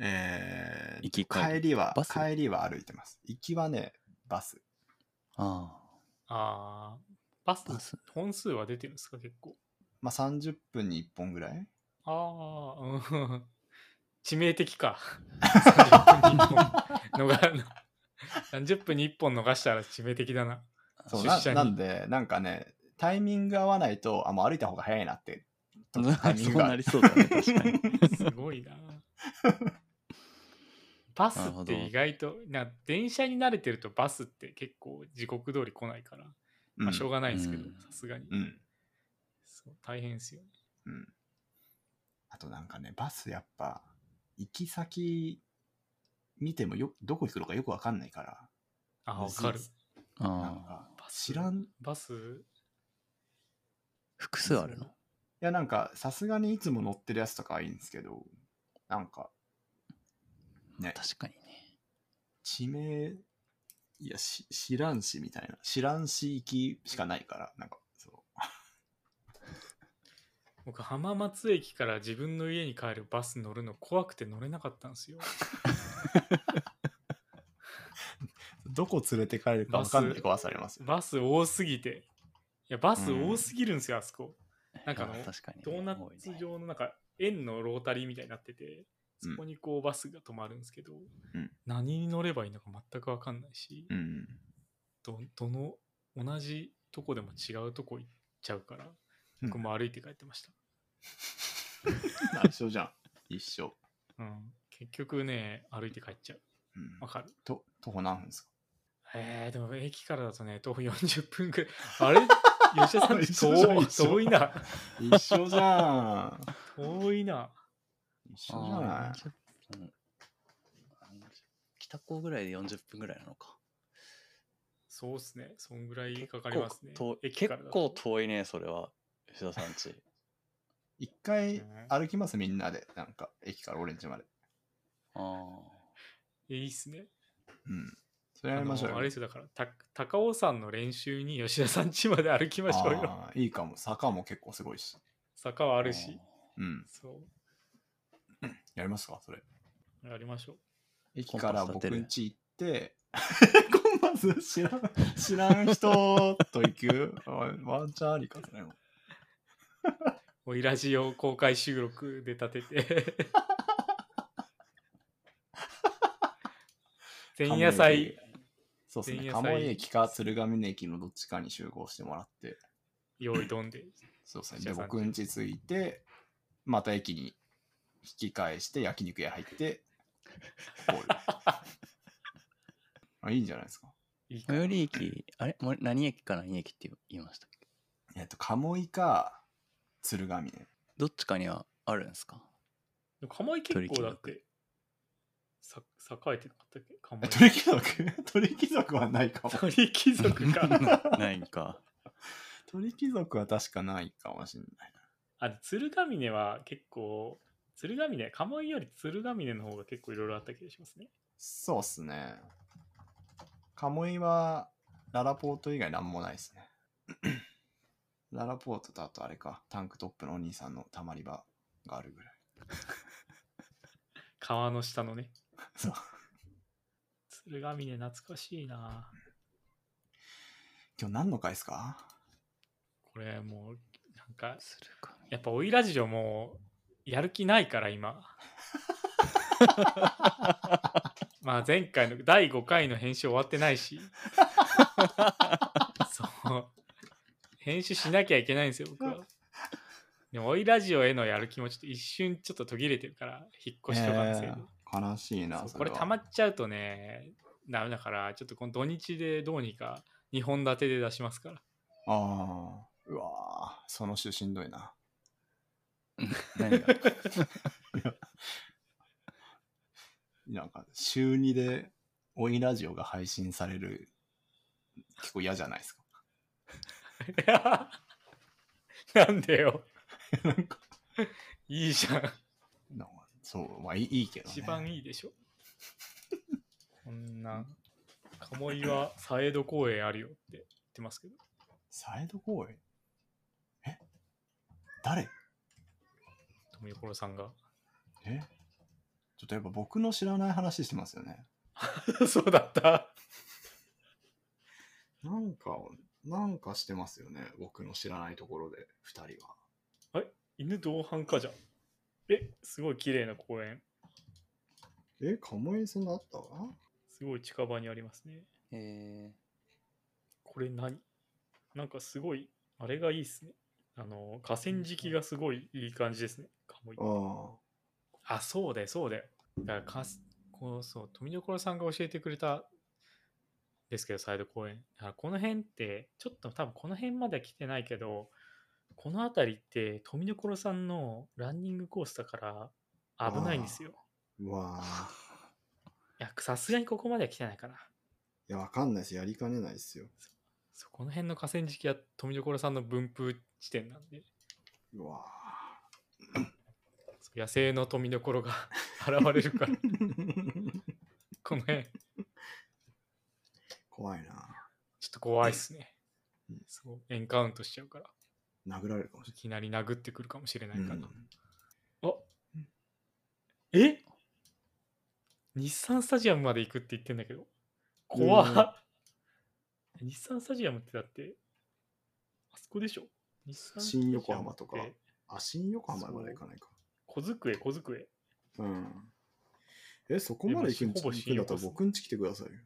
[SPEAKER 3] えー、
[SPEAKER 4] 行き帰り
[SPEAKER 3] 帰りは
[SPEAKER 4] バス
[SPEAKER 3] 帰りは歩いてます。行きはね、バス。
[SPEAKER 4] あ
[SPEAKER 2] ああ、バス
[SPEAKER 4] あ。、バス。
[SPEAKER 2] 本数は出てるんですか、結構。
[SPEAKER 3] まあ30分に1本ぐらい
[SPEAKER 2] ああ、うん。致命的か。30分に1本逃の30分に1本逃したら致命的だな。
[SPEAKER 3] そう
[SPEAKER 2] 出
[SPEAKER 3] な
[SPEAKER 2] 社に
[SPEAKER 3] なんで、なんかね、タイミング合わないと、あ、もう歩いた方が早いな って。
[SPEAKER 4] そ
[SPEAKER 3] と
[SPEAKER 4] う
[SPEAKER 3] タイミングが
[SPEAKER 4] なりそうだね、確 かに。
[SPEAKER 2] すごいな。バス
[SPEAKER 4] なるほ
[SPEAKER 2] っ
[SPEAKER 4] ど
[SPEAKER 2] て意外と、な電車に慣れてるとバスって結構時刻通り来ないから、まあ、しょうがないですけど
[SPEAKER 4] うん、
[SPEAKER 2] さすがに、
[SPEAKER 3] うん。うん。
[SPEAKER 2] そう。大変ですよね。
[SPEAKER 3] うん。あとなんかね、バスやっぱ、行き先見てもよ、どこ行くのかよくわかんないから。
[SPEAKER 2] ああ、わかる。
[SPEAKER 3] なん
[SPEAKER 4] ああ。
[SPEAKER 3] か
[SPEAKER 2] バ、ス
[SPEAKER 3] 知らん。い
[SPEAKER 2] バス、
[SPEAKER 4] 複数あるの
[SPEAKER 3] や、なんか、さすがにいつも乗ってるやつとかはいいんですけど、なんか、ね、
[SPEAKER 4] 確かにね。
[SPEAKER 3] 地名、いや、し知らんしみたいな。知らんし行きしかないから、なんか、そう。
[SPEAKER 2] 僕、浜松駅から自分の家に帰るバス乗るの怖くて乗れなかったんですよ。
[SPEAKER 3] どこ連れて帰るか分かんない壊されますよ。
[SPEAKER 2] バス多すぎて。いや、バス多すぎるんですよ、あそこ。なんかあの
[SPEAKER 4] あ確かに
[SPEAKER 2] ドーナツ状のなんか円のロータリーみたいになってて、そこにこうバスが止まるんですけど、
[SPEAKER 3] うん
[SPEAKER 2] 何に乗ればいいのか全くわかんないし、
[SPEAKER 3] うん。
[SPEAKER 2] どどの、同じとこでも違うとこ行っちゃうから、
[SPEAKER 3] うん
[SPEAKER 2] 僕も歩いて帰ってました。
[SPEAKER 3] 一緒じゃん。一緒。
[SPEAKER 2] うん。結局ね、歩いて帰っちゃう。
[SPEAKER 3] うん
[SPEAKER 2] わかる。
[SPEAKER 3] と、徒歩何分ですか
[SPEAKER 2] えー、でも駅からだとね、徒歩40分くら い。あれ吉田さんち
[SPEAKER 3] 一緒じゃん
[SPEAKER 2] 遠い
[SPEAKER 3] 一緒
[SPEAKER 2] 遠いな。
[SPEAKER 3] 一緒じゃん。
[SPEAKER 2] 遠いな。
[SPEAKER 3] 一緒じゃ
[SPEAKER 4] あ
[SPEAKER 3] ない。
[SPEAKER 4] ー40分北高ぐらいで40分ぐらいなのか。
[SPEAKER 2] そうっすね。そんぐらいかかりますね
[SPEAKER 4] 結構。遠い
[SPEAKER 2] 駅からだ
[SPEAKER 4] 結
[SPEAKER 2] と
[SPEAKER 4] 構遠いね、それは。吉田さんち。
[SPEAKER 3] 一回歩きますみんなで。なんか、駅からオレンジまで。
[SPEAKER 4] あ
[SPEAKER 2] えいいっすね。
[SPEAKER 3] うん。それやりましょう
[SPEAKER 2] あ
[SPEAKER 3] よ。
[SPEAKER 2] のあれですよ、だから、た高尾山の練習に吉田さん家まで歩きましょうよ。
[SPEAKER 3] あーいいかも。坂も結構すごいし。
[SPEAKER 2] 坂は
[SPEAKER 4] あ。
[SPEAKER 2] あるし。
[SPEAKER 3] うん。
[SPEAKER 2] そ
[SPEAKER 3] やりますかそれ。
[SPEAKER 2] う。やりましょう。
[SPEAKER 3] 駅から
[SPEAKER 4] コンパ
[SPEAKER 3] 僕
[SPEAKER 4] ス立てる
[SPEAKER 3] ん家行って、 コンパス知らん、知らん人と行く。あワンチャンありか、それも。
[SPEAKER 2] おいラジオ公開収録で立てて。前夜祭
[SPEAKER 3] そうです
[SPEAKER 2] 前
[SPEAKER 3] ね。
[SPEAKER 2] 夜祭
[SPEAKER 3] 鴨井駅か鶴ヶ峰駅のどっちかに集合してもらって、
[SPEAKER 2] 用意どんで。
[SPEAKER 3] そうですね。
[SPEAKER 2] じゃ
[SPEAKER 3] で、
[SPEAKER 2] あ
[SPEAKER 3] 僕ん家着いて、また駅に引き返して、焼肉屋入って、ゴ ールあいいんじゃないですか。
[SPEAKER 2] いいか
[SPEAKER 4] 最寄り駅、あれもう何駅か何駅って言いましたっけ
[SPEAKER 3] えっと、鴨井か鶴ヶ峰。
[SPEAKER 4] どっちかにはあるんですか
[SPEAKER 2] でも、かまい結
[SPEAKER 4] 取り
[SPEAKER 2] 構
[SPEAKER 4] 切
[SPEAKER 2] だ
[SPEAKER 4] る
[SPEAKER 2] って、さ栄えてなかったっけ関門
[SPEAKER 3] 鳥貴族 鳥貴族はないかも。
[SPEAKER 2] 鳥貴族か
[SPEAKER 4] ないんか。
[SPEAKER 3] 鳥貴族は確かないかもしれない。
[SPEAKER 2] あの鶴ヶ峰は結構鶴ヶ峰鴨居より鶴ヶ峰の方が結構いろいろあった気がしますね
[SPEAKER 3] そうっすね。鴨居は、ララポート以外なんもないですね。 ララポートとあとあれか、タンクトップのお兄さんのたまり場があるぐらい。
[SPEAKER 2] 川の下のね
[SPEAKER 3] そう
[SPEAKER 2] 鶴ヶ峰懐かしいな
[SPEAKER 3] 今日何の回ですか
[SPEAKER 2] これもうなんか
[SPEAKER 4] するか
[SPEAKER 2] やっぱオイラジオもうやる気ないから今まあ前回の第5回の編集終わってないしそう編集しなきゃいけないんですよ僕はでもオイラジオへのやる気もちょっと一瞬ちょっと途切れてるから引っ越しとかのせいで、
[SPEAKER 3] えー悲しいな、
[SPEAKER 2] そう
[SPEAKER 3] そ
[SPEAKER 2] これ
[SPEAKER 3] は
[SPEAKER 2] 溜まっちゃうとねダメだからちょっとこの土日でどうにか2本立てで出しますから
[SPEAKER 3] ああ、うわーその週しんどいな。
[SPEAKER 4] 何 が
[SPEAKER 3] なんか、週2で、おいラジオが配信される、結構嫌じゃないですか。
[SPEAKER 2] いや なんでよ
[SPEAKER 3] なんか、
[SPEAKER 2] いいじゃん
[SPEAKER 3] なんかそう、まあいいいいけどね。
[SPEAKER 2] 一番いいでしょこんな鴨居は佐江戸公園あるよって言ってますけど
[SPEAKER 3] サイド公演え誰
[SPEAKER 2] 富所さんが
[SPEAKER 3] えちょっとやっぱ僕の知らない話してますよね。
[SPEAKER 2] そうだった
[SPEAKER 3] なんか、なんかしてますよね。僕の知らないところで、二人は。
[SPEAKER 2] 犬同伴かじゃんえすごい綺麗な公園
[SPEAKER 3] え、鴨居そんなあった
[SPEAKER 2] すごい近場にありますね
[SPEAKER 4] え
[SPEAKER 2] これ何なんかすごい、あれがいいっすね。あの、河川敷がすごいいい感じですね。鴨居
[SPEAKER 3] ああ。
[SPEAKER 2] あ、そうだよ、そうだよ。だからかす、こう、そう、富所さんが教えてくれた、ですけど、サイド公園。だからこの辺って、ちょっと多分この辺までは来てないけど、この辺りって富所さんのランニングコースだから危ないんですよ。
[SPEAKER 3] うわ あ。
[SPEAKER 2] いや、さすがにここまでは来てないかな。
[SPEAKER 3] いや、わかんないです。やりかねないですよ。
[SPEAKER 2] そうこの辺の河川敷は富所さんの分布地点なんで。
[SPEAKER 3] うわあ。
[SPEAKER 2] 野生の富どころが 現れるから この辺ちょ
[SPEAKER 3] 怖いな。
[SPEAKER 2] っと怖いっすね
[SPEAKER 3] うん
[SPEAKER 2] そうエンカウントしちゃうから
[SPEAKER 3] 殴られるかもし
[SPEAKER 2] いきなり殴ってくるかもしれない
[SPEAKER 3] れ
[SPEAKER 2] か
[SPEAKER 3] な
[SPEAKER 2] ら、
[SPEAKER 3] い。うん
[SPEAKER 2] あえ日産スタジアムまで行くって言ってんだけど怖っ、日産スタジアムってだってあそこでしょ日産スタジアムって
[SPEAKER 3] 新横浜とかあ、新横浜まで行かないか。
[SPEAKER 2] 小机小机
[SPEAKER 3] うん。え、そこまで行くん
[SPEAKER 2] でもほぼ
[SPEAKER 3] 行くんだっ
[SPEAKER 2] 新横
[SPEAKER 3] たら
[SPEAKER 2] っすね
[SPEAKER 3] 僕んち来てくださいよ。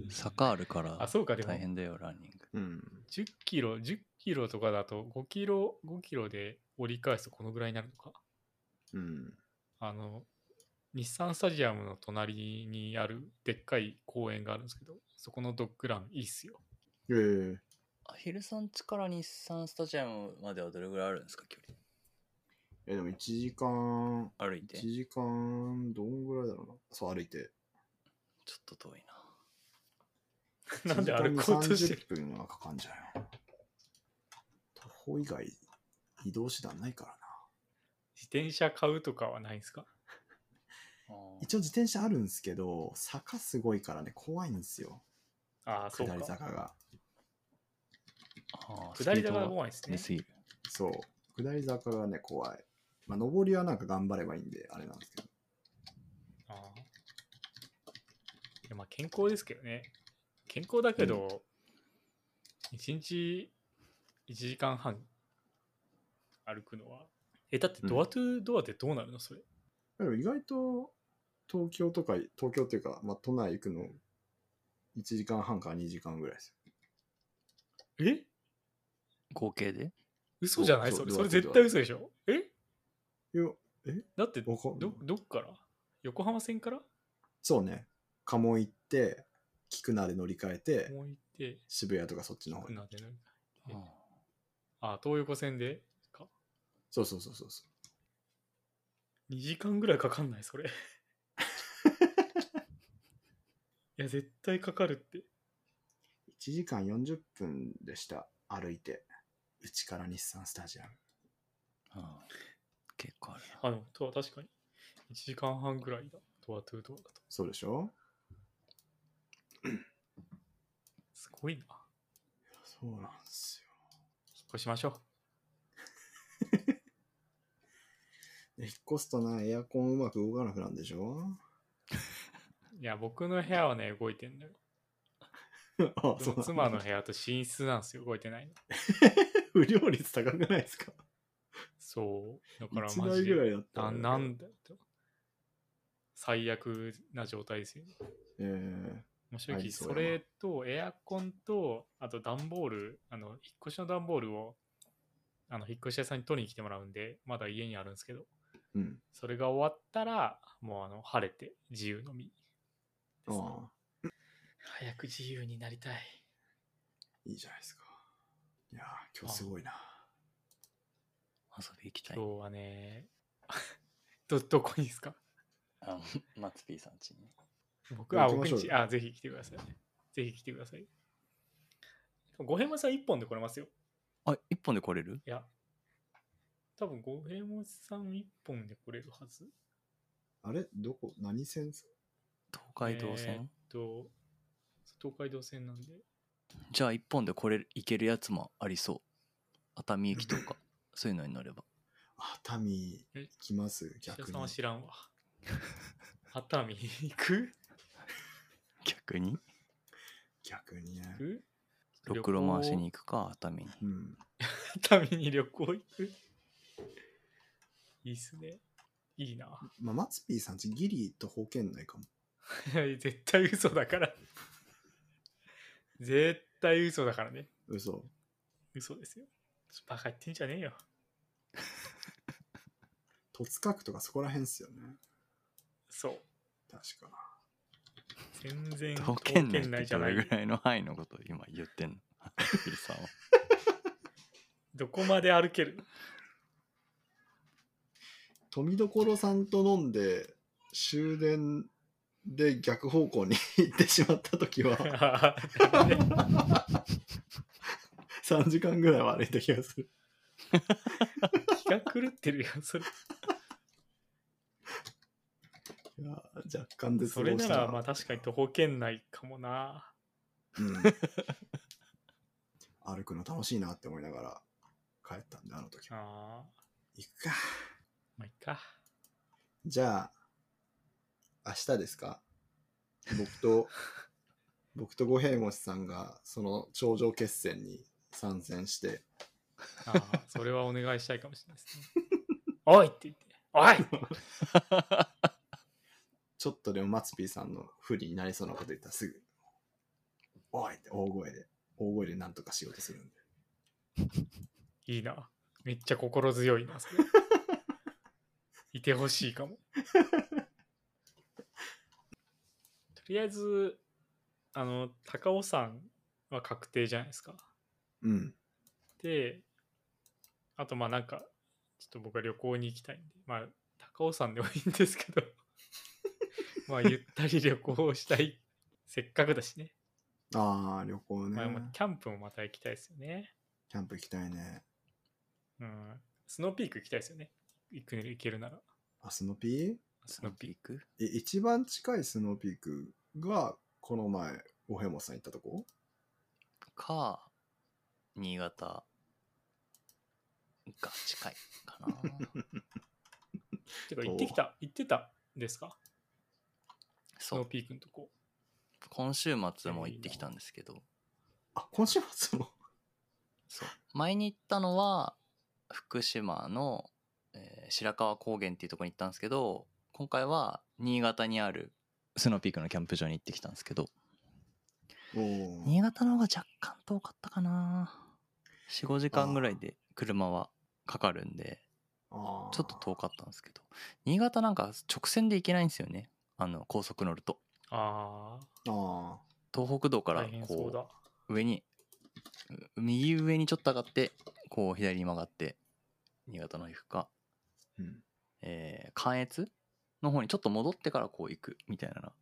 [SPEAKER 4] ー、坂あるから
[SPEAKER 2] あそうかでも
[SPEAKER 4] 大変だよランニング
[SPEAKER 3] うん。
[SPEAKER 2] 10キロ、10キロとかだと5キロ、5キロで折り返すとこのぐらいになるのか。
[SPEAKER 3] うん。
[SPEAKER 2] あの、日産スタジアムの隣にあるでっかい公園があるんですけど、そこのドッグランいいっすよ。
[SPEAKER 3] ええ
[SPEAKER 4] アヒルさん家から日産スタジアムまではどれぐらいあるんですか距離
[SPEAKER 3] え、でも1時間、
[SPEAKER 4] 歩いて
[SPEAKER 3] 1
[SPEAKER 4] ちょ
[SPEAKER 3] 時間、どんぐらいだろうな。そう、歩いて。
[SPEAKER 4] っと遠いな
[SPEAKER 2] なんで歩
[SPEAKER 3] 1時
[SPEAKER 2] こ
[SPEAKER 3] 間
[SPEAKER 2] う
[SPEAKER 3] に
[SPEAKER 2] としてる
[SPEAKER 3] 30分はかかんじゃんよ。徒歩以外、移動手段ないからな。
[SPEAKER 2] 自転車買うとかはないんですか
[SPEAKER 4] あー
[SPEAKER 3] 一応自転車あるんですけど、坂すごいからね、怖いんですよ。
[SPEAKER 2] ああ、そう
[SPEAKER 3] 下り
[SPEAKER 2] か。
[SPEAKER 3] 坂が。
[SPEAKER 4] あー
[SPEAKER 2] 下り坂が
[SPEAKER 4] スピード
[SPEAKER 2] 怖いです
[SPEAKER 4] 出
[SPEAKER 2] ね。
[SPEAKER 4] すぎる
[SPEAKER 3] そう。下り坂がね、怖い。まあ、上りはなんか頑張ればいいんで、あれなんですけど。
[SPEAKER 2] ああいやまあ健康ですけどね。健康だけど、1日1時間半歩くのは。え、だってドアトゥドアってどうなるのそれ。
[SPEAKER 3] でも意外と、東京とか、東京っていうか、まあ、都内行くの、1時間半から2時間ぐらいです
[SPEAKER 2] え
[SPEAKER 4] 合計で
[SPEAKER 2] 嘘じゃない
[SPEAKER 3] そ
[SPEAKER 2] そうれ。
[SPEAKER 3] そう
[SPEAKER 2] それ
[SPEAKER 3] ドア
[SPEAKER 2] 絶対嘘でしょ。え
[SPEAKER 3] よ。いや、え
[SPEAKER 2] だってど、
[SPEAKER 3] わかんない
[SPEAKER 2] どっから横浜線から
[SPEAKER 3] そうね。鴨行って、菊名で乗り換えて、
[SPEAKER 2] もう行って、
[SPEAKER 3] 渋谷とかそっちの方
[SPEAKER 2] 福
[SPEAKER 3] に。
[SPEAKER 2] 名で乗り換え
[SPEAKER 4] あー
[SPEAKER 2] あ、東横線でか。
[SPEAKER 3] そうそうそうそうそ
[SPEAKER 2] 2時間ぐらいかかんないそれ いや絶対かかるって
[SPEAKER 3] 1時間40分でした歩いてうちから日産スタジアム
[SPEAKER 4] ああ結構あるな
[SPEAKER 2] あのとは確かに1時間半ぐらいだドアトゥードアだと
[SPEAKER 3] そうでしょ
[SPEAKER 2] すごいな
[SPEAKER 3] そうなんですよ
[SPEAKER 2] 引っ越しましょ
[SPEAKER 3] で引っ越すとなエアコンうまく動かなくなるんでし ょ
[SPEAKER 2] ういや僕の部屋はね動いてんだよ
[SPEAKER 3] あ
[SPEAKER 2] 僕の
[SPEAKER 3] だ
[SPEAKER 2] 妻の部屋と寝室なんですよ動いてないの
[SPEAKER 3] 不良率高くないですか
[SPEAKER 2] そうだから
[SPEAKER 3] 1
[SPEAKER 2] マジ
[SPEAKER 3] 台ぐら
[SPEAKER 2] で
[SPEAKER 3] いだった
[SPEAKER 2] な
[SPEAKER 3] ら
[SPEAKER 2] なんだよって最悪な状態ですよね
[SPEAKER 3] えー
[SPEAKER 2] もう正
[SPEAKER 3] あ
[SPEAKER 2] 直
[SPEAKER 3] りそう
[SPEAKER 2] そ
[SPEAKER 3] やな
[SPEAKER 2] れとエアコンとあと段ボールあの引っ越しの段ボールをあの引っ越し屋さんに取りに来てもらうんでまだ家にあるんですけど
[SPEAKER 3] うん
[SPEAKER 2] それが終わったらもうあの晴れて自由のみ
[SPEAKER 3] ああ
[SPEAKER 2] 早く自由になりたい
[SPEAKER 3] いいじゃないですかいやー今日すごいな
[SPEAKER 4] 遊び行きたい
[SPEAKER 2] 今日はね どどこにですか
[SPEAKER 4] あマツピーさん家に
[SPEAKER 2] 僕
[SPEAKER 3] 行
[SPEAKER 2] は
[SPEAKER 3] き
[SPEAKER 2] 僕
[SPEAKER 3] ましょ
[SPEAKER 2] ん
[SPEAKER 3] う
[SPEAKER 2] ちあぜひ来てくださいぜひ来てください五平門さん1本で来れますよ
[SPEAKER 4] あ一本で来れる
[SPEAKER 2] いや多分五平門さん1本で来れるはず
[SPEAKER 3] あれどこ何線
[SPEAKER 4] 東海道
[SPEAKER 2] えーっ
[SPEAKER 4] 線、
[SPEAKER 2] と、東海道線なんで。
[SPEAKER 4] じゃあ一本で来れる行けるやつもありそう熱海行きと かそういうのに乗れば
[SPEAKER 3] 熱海行きます
[SPEAKER 2] 石田
[SPEAKER 3] 逆
[SPEAKER 2] さん
[SPEAKER 3] に
[SPEAKER 2] は知らんわ。 熱海行く
[SPEAKER 4] 逆に
[SPEAKER 3] 逆にね
[SPEAKER 2] 行く
[SPEAKER 4] ろくろ回し
[SPEAKER 2] 行
[SPEAKER 4] に行くか熱海に
[SPEAKER 3] うん
[SPEAKER 2] く。熱海に旅行行く。いいっすね。いいな。
[SPEAKER 3] まあマツピーさんちギリと保険内かも
[SPEAKER 2] いや絶対嘘だから。絶対嘘だからね。
[SPEAKER 3] 嘘
[SPEAKER 2] 嘘ですよ。バカ言ってんじゃねえよ。
[SPEAKER 3] 戸塚区とかそこら辺っすよね
[SPEAKER 2] そう。
[SPEAKER 3] 確か
[SPEAKER 2] 全然
[SPEAKER 4] 東県
[SPEAKER 2] 東
[SPEAKER 4] 内ってどれぐらいの範囲のことを今言ってんの マツピーさんは
[SPEAKER 2] どこまで歩け る
[SPEAKER 3] 富所さんと飲んで終電で逆方向に行ってしまった時 は3時間ぐらいは歩いた気がする
[SPEAKER 2] 気が狂ってるよ。それ
[SPEAKER 3] いやー若干です
[SPEAKER 2] それならまあ確かに徒歩圏内かもな
[SPEAKER 3] うん、歩くの楽しいなって思いながら帰ったんであの時は
[SPEAKER 2] あー
[SPEAKER 3] 行くか
[SPEAKER 2] まあいいか
[SPEAKER 3] じゃあ、明日ですか僕と、 僕と五平餅さんが、その頂上決戦に参戦して、
[SPEAKER 2] あーそれはお願いしたいかもしれないですね おいって言っておい
[SPEAKER 3] ちょっとでもマツピーさんの不利になりそうなこと言ったらすぐ、おいって大声で、大声で何とかしようとするんで。
[SPEAKER 2] いいなめっちゃ心強いな それいてほしいか もとりあえずあの高尾山は確定じゃないですか
[SPEAKER 3] うん。
[SPEAKER 2] であとまあなんかちょっと僕は旅行に行きたいんでまあ高尾山でもいいんです けどまあゆったり旅行をしたいせっかくだしね、
[SPEAKER 3] ああ、旅行
[SPEAKER 2] まあ、まあ
[SPEAKER 3] ね。
[SPEAKER 2] キャンプもまた行きたいですよね
[SPEAKER 3] キャンプ行きたいね。
[SPEAKER 2] うんスノーピーク行きたいですよね行く行けるなら
[SPEAKER 3] あ、スノピー
[SPEAKER 2] スノーピー
[SPEAKER 4] ーク
[SPEAKER 3] え一番近いスノーピークが、この前、五平餅さん行ったとこ
[SPEAKER 4] か新潟が近いかな
[SPEAKER 2] クてか行ってきた行ってたんですかス
[SPEAKER 4] そ
[SPEAKER 2] ノー
[SPEAKER 4] う
[SPEAKER 2] ピークのとこ
[SPEAKER 4] 今週末も行ってきたんですけど
[SPEAKER 3] あ、今週末 も。
[SPEAKER 4] そう前に行ったのは福島の、えー白川高原っていうところに行ったんですけど今回は新潟にあるスノーピークのキャンプ場に行ってきたんですけど
[SPEAKER 3] おー
[SPEAKER 4] 新潟の方が若干遠かったかな45時間ぐらいで車はかかるんで
[SPEAKER 3] あー
[SPEAKER 4] ちょっと遠かったんですけど新潟なんか直線で行けないんですよねあの高速乗ると
[SPEAKER 2] あ
[SPEAKER 3] あ
[SPEAKER 4] 東北道か
[SPEAKER 2] あ
[SPEAKER 4] ら
[SPEAKER 2] 大変そうだ
[SPEAKER 4] こう上にう右上にちょっと上がってこう左に曲がって新潟の方行くか
[SPEAKER 3] あ。うん。
[SPEAKER 4] えー関越の方にちょっと戻ってからこう行くみたいな。だ
[SPEAKER 3] あ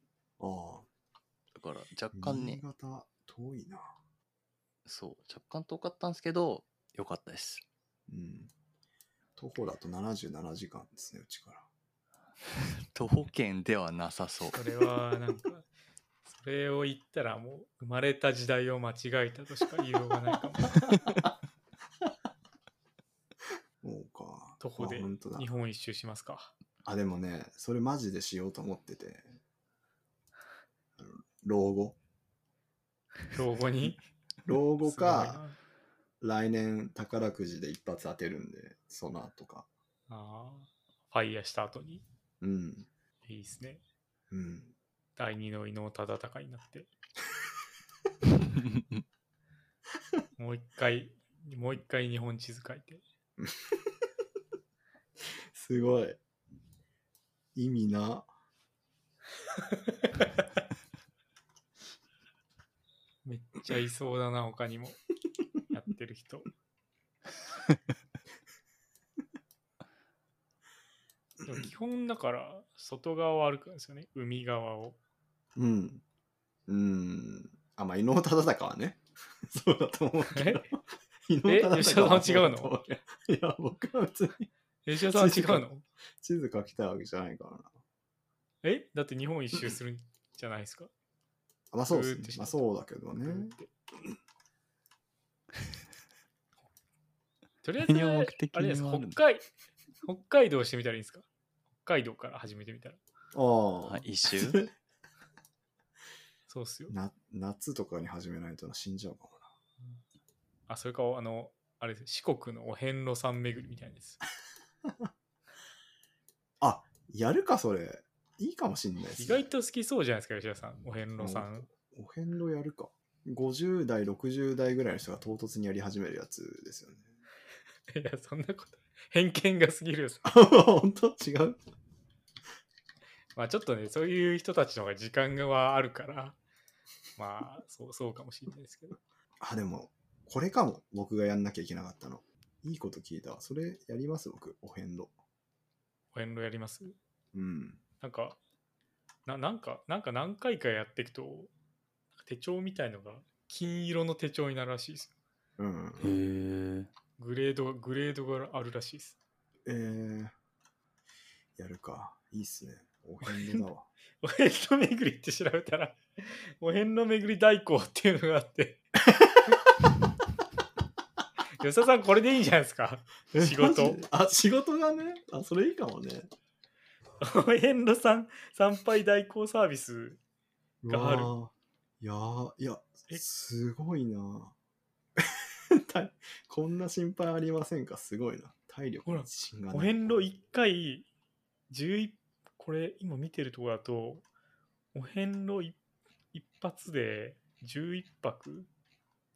[SPEAKER 4] から若
[SPEAKER 3] あ、
[SPEAKER 4] 干ね
[SPEAKER 3] 新、潟遠いな。
[SPEAKER 4] そう、若干遠かったんですけど、良かったです。
[SPEAKER 3] うん。徒歩だと77時間ですね、うちから。
[SPEAKER 4] 徒歩圏ではなさそう。
[SPEAKER 2] それはなんか それを言ったらもう生まれた時代を間違えたとしか言いようがないかも
[SPEAKER 3] そうか。
[SPEAKER 2] 徒歩で
[SPEAKER 3] あ本当だ
[SPEAKER 2] 日。本一周しますか
[SPEAKER 3] あ、でもね、それマジでしようと思ってて。あの老後。
[SPEAKER 2] 老後に
[SPEAKER 3] 老後
[SPEAKER 2] すごい
[SPEAKER 3] か、
[SPEAKER 2] な
[SPEAKER 3] 来年宝くじで一発当てるんで、その後か。
[SPEAKER 2] あーファイヤーした後に
[SPEAKER 3] うん。
[SPEAKER 2] いいですね
[SPEAKER 3] うん。
[SPEAKER 2] 第二の伊能忠敬になってもう一回もう一回日本地図書いて
[SPEAKER 3] すごい。意味な。
[SPEAKER 2] めっちゃいそうだな他 にもやってる人でも基本だから外側を歩くんですよね海側を
[SPEAKER 3] うん。うん。あ、まあ、伊能忠敬はね。 そうだと思うけど。伊
[SPEAKER 2] え
[SPEAKER 3] 能
[SPEAKER 2] 吉
[SPEAKER 3] 忠敬
[SPEAKER 2] 田
[SPEAKER 3] は
[SPEAKER 2] さん違うの
[SPEAKER 3] そうだと思ういや、僕は別に
[SPEAKER 2] 吉田さんは違うの
[SPEAKER 3] 地図書きたいわけじゃないからな。
[SPEAKER 2] えだって日本一周するんじゃないですか
[SPEAKER 3] あまあそうです
[SPEAKER 2] ぐーっ
[SPEAKER 3] ね
[SPEAKER 2] てし。
[SPEAKER 3] ま
[SPEAKER 2] まっ
[SPEAKER 3] あ
[SPEAKER 2] た
[SPEAKER 3] そうだけど
[SPEAKER 2] ぐーっ
[SPEAKER 3] ね。
[SPEAKER 2] てとりあえ
[SPEAKER 4] 何を目
[SPEAKER 2] ず
[SPEAKER 4] 的
[SPEAKER 2] あれです
[SPEAKER 4] に回るんだ
[SPEAKER 2] 北海北海道してみたらいいんですか北海道から始めてみたら
[SPEAKER 3] ああ、
[SPEAKER 4] あ 一周
[SPEAKER 2] そうっすよ
[SPEAKER 3] な夏とかに始めないとな死んじゃうかもな。
[SPEAKER 2] あそれかあのあれです四国のお遍路さん巡りみたいなです
[SPEAKER 3] あやるかそれ。いいかもしんないです、ね。
[SPEAKER 2] 意外と好きそうじゃないですか、吉田さん。お遍路さん。
[SPEAKER 3] お遍路やるか。50代、60代ぐらいの人が唐突にやり始めるやつで すよね。
[SPEAKER 2] いや、そんなこと。偏見が過ぎるよ。
[SPEAKER 3] 本当違う
[SPEAKER 2] まあちょっとね、そういう人たちの方が時間があるから、まあそうそうかもしれないですけど。
[SPEAKER 3] あ、でも、これかも。僕がやんなきゃいけなかったの。いいこと聞いたわ。それやります僕、お遍路。
[SPEAKER 2] お遍路やります
[SPEAKER 3] うん。
[SPEAKER 2] なんか、ななんか、なんか何回かやっていくと、手帳みたいのが金色の手帳になるらしいです。
[SPEAKER 3] うん。
[SPEAKER 4] へえ。
[SPEAKER 2] グレード、グレードがあるらしいです。
[SPEAKER 3] えー、やるか。いいっすね。お遍路だわ。
[SPEAKER 2] お遍路巡りって調べたら、お遍路巡り代行っていうのがあ って。吉田さん、これでいいんじゃないですか。 仕事
[SPEAKER 3] えマジであ、仕事がね。あ、それいいかもね。
[SPEAKER 2] お遍路さん参拝代行サービスがある
[SPEAKER 3] うわーいやーいや、
[SPEAKER 2] え
[SPEAKER 3] すごいな。 体こんな心配ありませんかすごいな。体力に自信がない
[SPEAKER 2] お遍路1回11これ今見てるとこだとお遍路 1, 発で11泊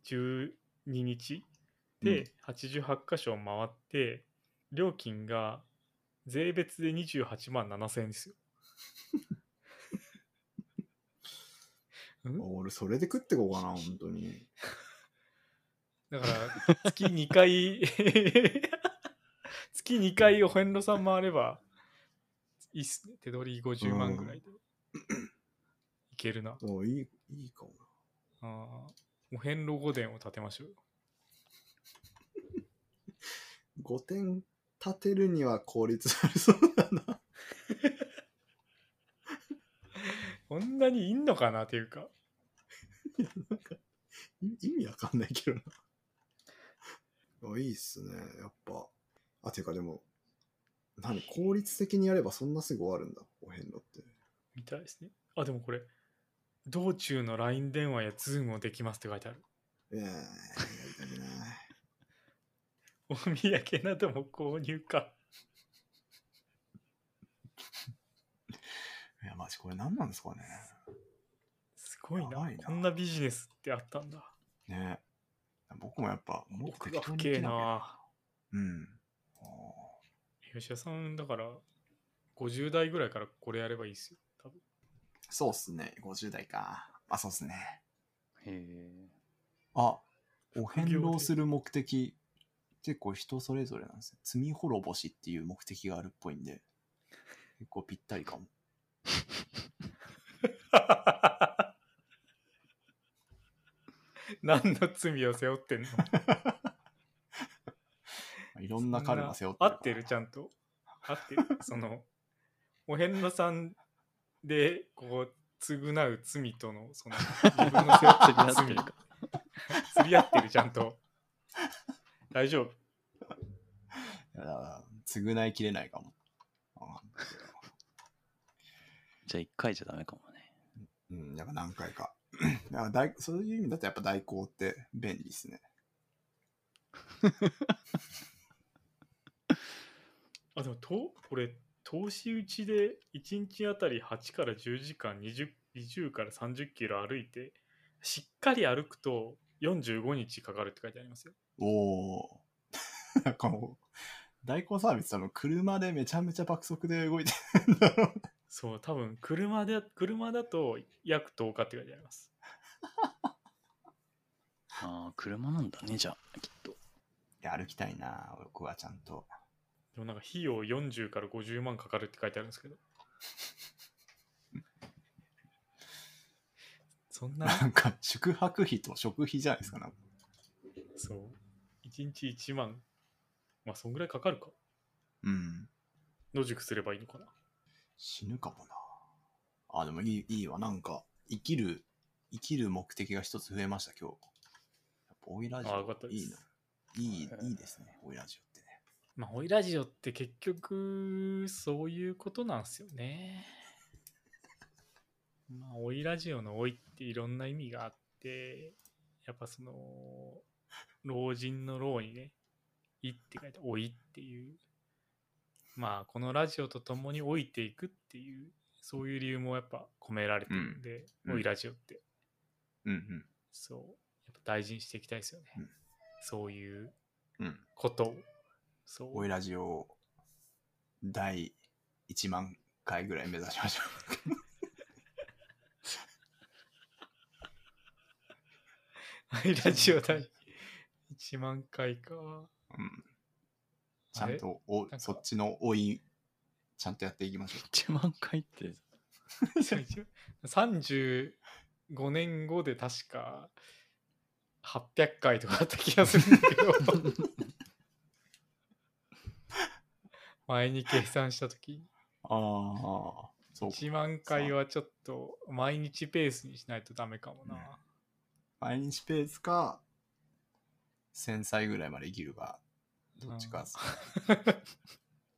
[SPEAKER 2] 12日
[SPEAKER 3] うん
[SPEAKER 2] で88箇所回って、料金が税別で28万7000円ですよ。
[SPEAKER 3] 俺、それで食ってこうかな、本当に。
[SPEAKER 2] だから月2回 月2回お遍路さん回ればいいっすね手取り50万ぐらいでいけるな
[SPEAKER 3] おいい、いいかも
[SPEAKER 2] あーお遍路御殿を建てましょうよ
[SPEAKER 3] な。5点立てるには効率ありそうだ な。
[SPEAKER 2] こんなにいんのかなっていうか
[SPEAKER 3] い意味わかんない けどな。あいいっすね、やっぱ。あ、ていうかでも、何効率的にやればそんなすぐ終わるんだ、お遍路って。
[SPEAKER 2] みたいですねあでもこれ道中の LINE 電話や Zoom もできますって書いてある
[SPEAKER 3] ええやりたくない。
[SPEAKER 2] お土産なども購入か
[SPEAKER 3] いや、マジこれ何なんですかね。
[SPEAKER 2] すごいな
[SPEAKER 3] やばいな
[SPEAKER 2] こんなビジネスってあったんだ
[SPEAKER 3] ね僕もやっぱ、もっと
[SPEAKER 2] 奥
[SPEAKER 3] 適
[SPEAKER 2] が
[SPEAKER 3] 当
[SPEAKER 2] 深
[SPEAKER 3] に
[SPEAKER 2] え
[SPEAKER 3] 生きなきゃ。
[SPEAKER 2] な
[SPEAKER 3] うん。あ
[SPEAKER 2] 吉田さんだから50代ぐらいからこれやればいいですよ多分
[SPEAKER 3] ーそうっすね、50代か。あ、そうっすね。
[SPEAKER 4] へえ。
[SPEAKER 3] あ、お遍路をする目的、結構人それぞれなんですね。罪滅ぼしっていう目的があるっぽいんで、結構ぴったりかも。
[SPEAKER 2] 何の罪を背負ってんの
[SPEAKER 3] いろんな彼が背負っ
[SPEAKER 2] 合
[SPEAKER 3] てるから
[SPEAKER 2] ってるちゃんと合ってる そのお遍路さんでこう償う罪とのその自分の背負ってる罪 が釣り合ってるちゃんと大丈夫
[SPEAKER 3] いやだから償いきれないかも。あ
[SPEAKER 4] じゃあ一回じゃダメかもね。
[SPEAKER 3] うん、やっぱ何回か。 だから代そういう意味だとやっぱ代行って便利ですね。
[SPEAKER 2] あでもとこれ投資打ちで1日あたり8から10時間 20, 20から30キロ歩いてしっかり歩くと45日かかるって書いてありますよ
[SPEAKER 3] おお。 なんかもう、代行サービス多分車でめちゃめちゃ爆速で動いてるんだろう。
[SPEAKER 2] そう多分車で車だと約10日って書いてあります
[SPEAKER 4] ああ、車なんだね、じゃあ、きっと。
[SPEAKER 3] いや、歩きたいな、僕はちゃんと。
[SPEAKER 2] でもなんか費用40から50万かかるって書いてあるんですけど。 そんな、
[SPEAKER 3] なんか宿泊費と食費じゃないですか、なんか
[SPEAKER 2] そう。1日1万。まあ、そんぐらいかかるか。
[SPEAKER 3] うん。
[SPEAKER 2] 野宿すればいいのかな。
[SPEAKER 3] 死ぬかもな。あ、でもいい、いいわ。なんか、生きる、生きる目的が一つ増えました、今日。やっぱ、オイラジ
[SPEAKER 2] ああ、よかった
[SPEAKER 3] オ、
[SPEAKER 2] で
[SPEAKER 3] いい
[SPEAKER 2] す
[SPEAKER 3] な。。いい
[SPEAKER 4] は、い
[SPEAKER 3] いいですね、オイラジオってね。
[SPEAKER 2] まあ、オイラジオって結局、そういうことなんですよね。 まあ、オイラジオのオイっていろんな意味があって、やっぱその、老人の老にね、いって書いて、老いっていう。まあ、このラジオとともに老いていくっていう、そういう理由もやっぱ込められてるんで、
[SPEAKER 3] うんうん
[SPEAKER 2] オイラジオって。
[SPEAKER 3] うん
[SPEAKER 2] そう。やっぱ大事にしていきたいですよね。
[SPEAKER 3] うん
[SPEAKER 2] そういう
[SPEAKER 3] うん。うん。
[SPEAKER 2] ことを。そう。
[SPEAKER 3] オイラジオ、第1万回ぐらい目指しましょ
[SPEAKER 2] はい、ラジオ第1万回か。
[SPEAKER 3] う。うん。ちゃんと、お
[SPEAKER 2] なん、か
[SPEAKER 3] そっちの老い、ちゃんとやっていきましょ
[SPEAKER 4] 1万回って、
[SPEAKER 2] 35年後で確か800回とかあった気がするんだけど、前に計算した時
[SPEAKER 3] う。ああ、そうか。
[SPEAKER 2] 1万回はちょっと毎日ペースにしないとダメかもな。
[SPEAKER 3] 毎日ペースか、1000歳ぐらいまで生きるか、どっちかっす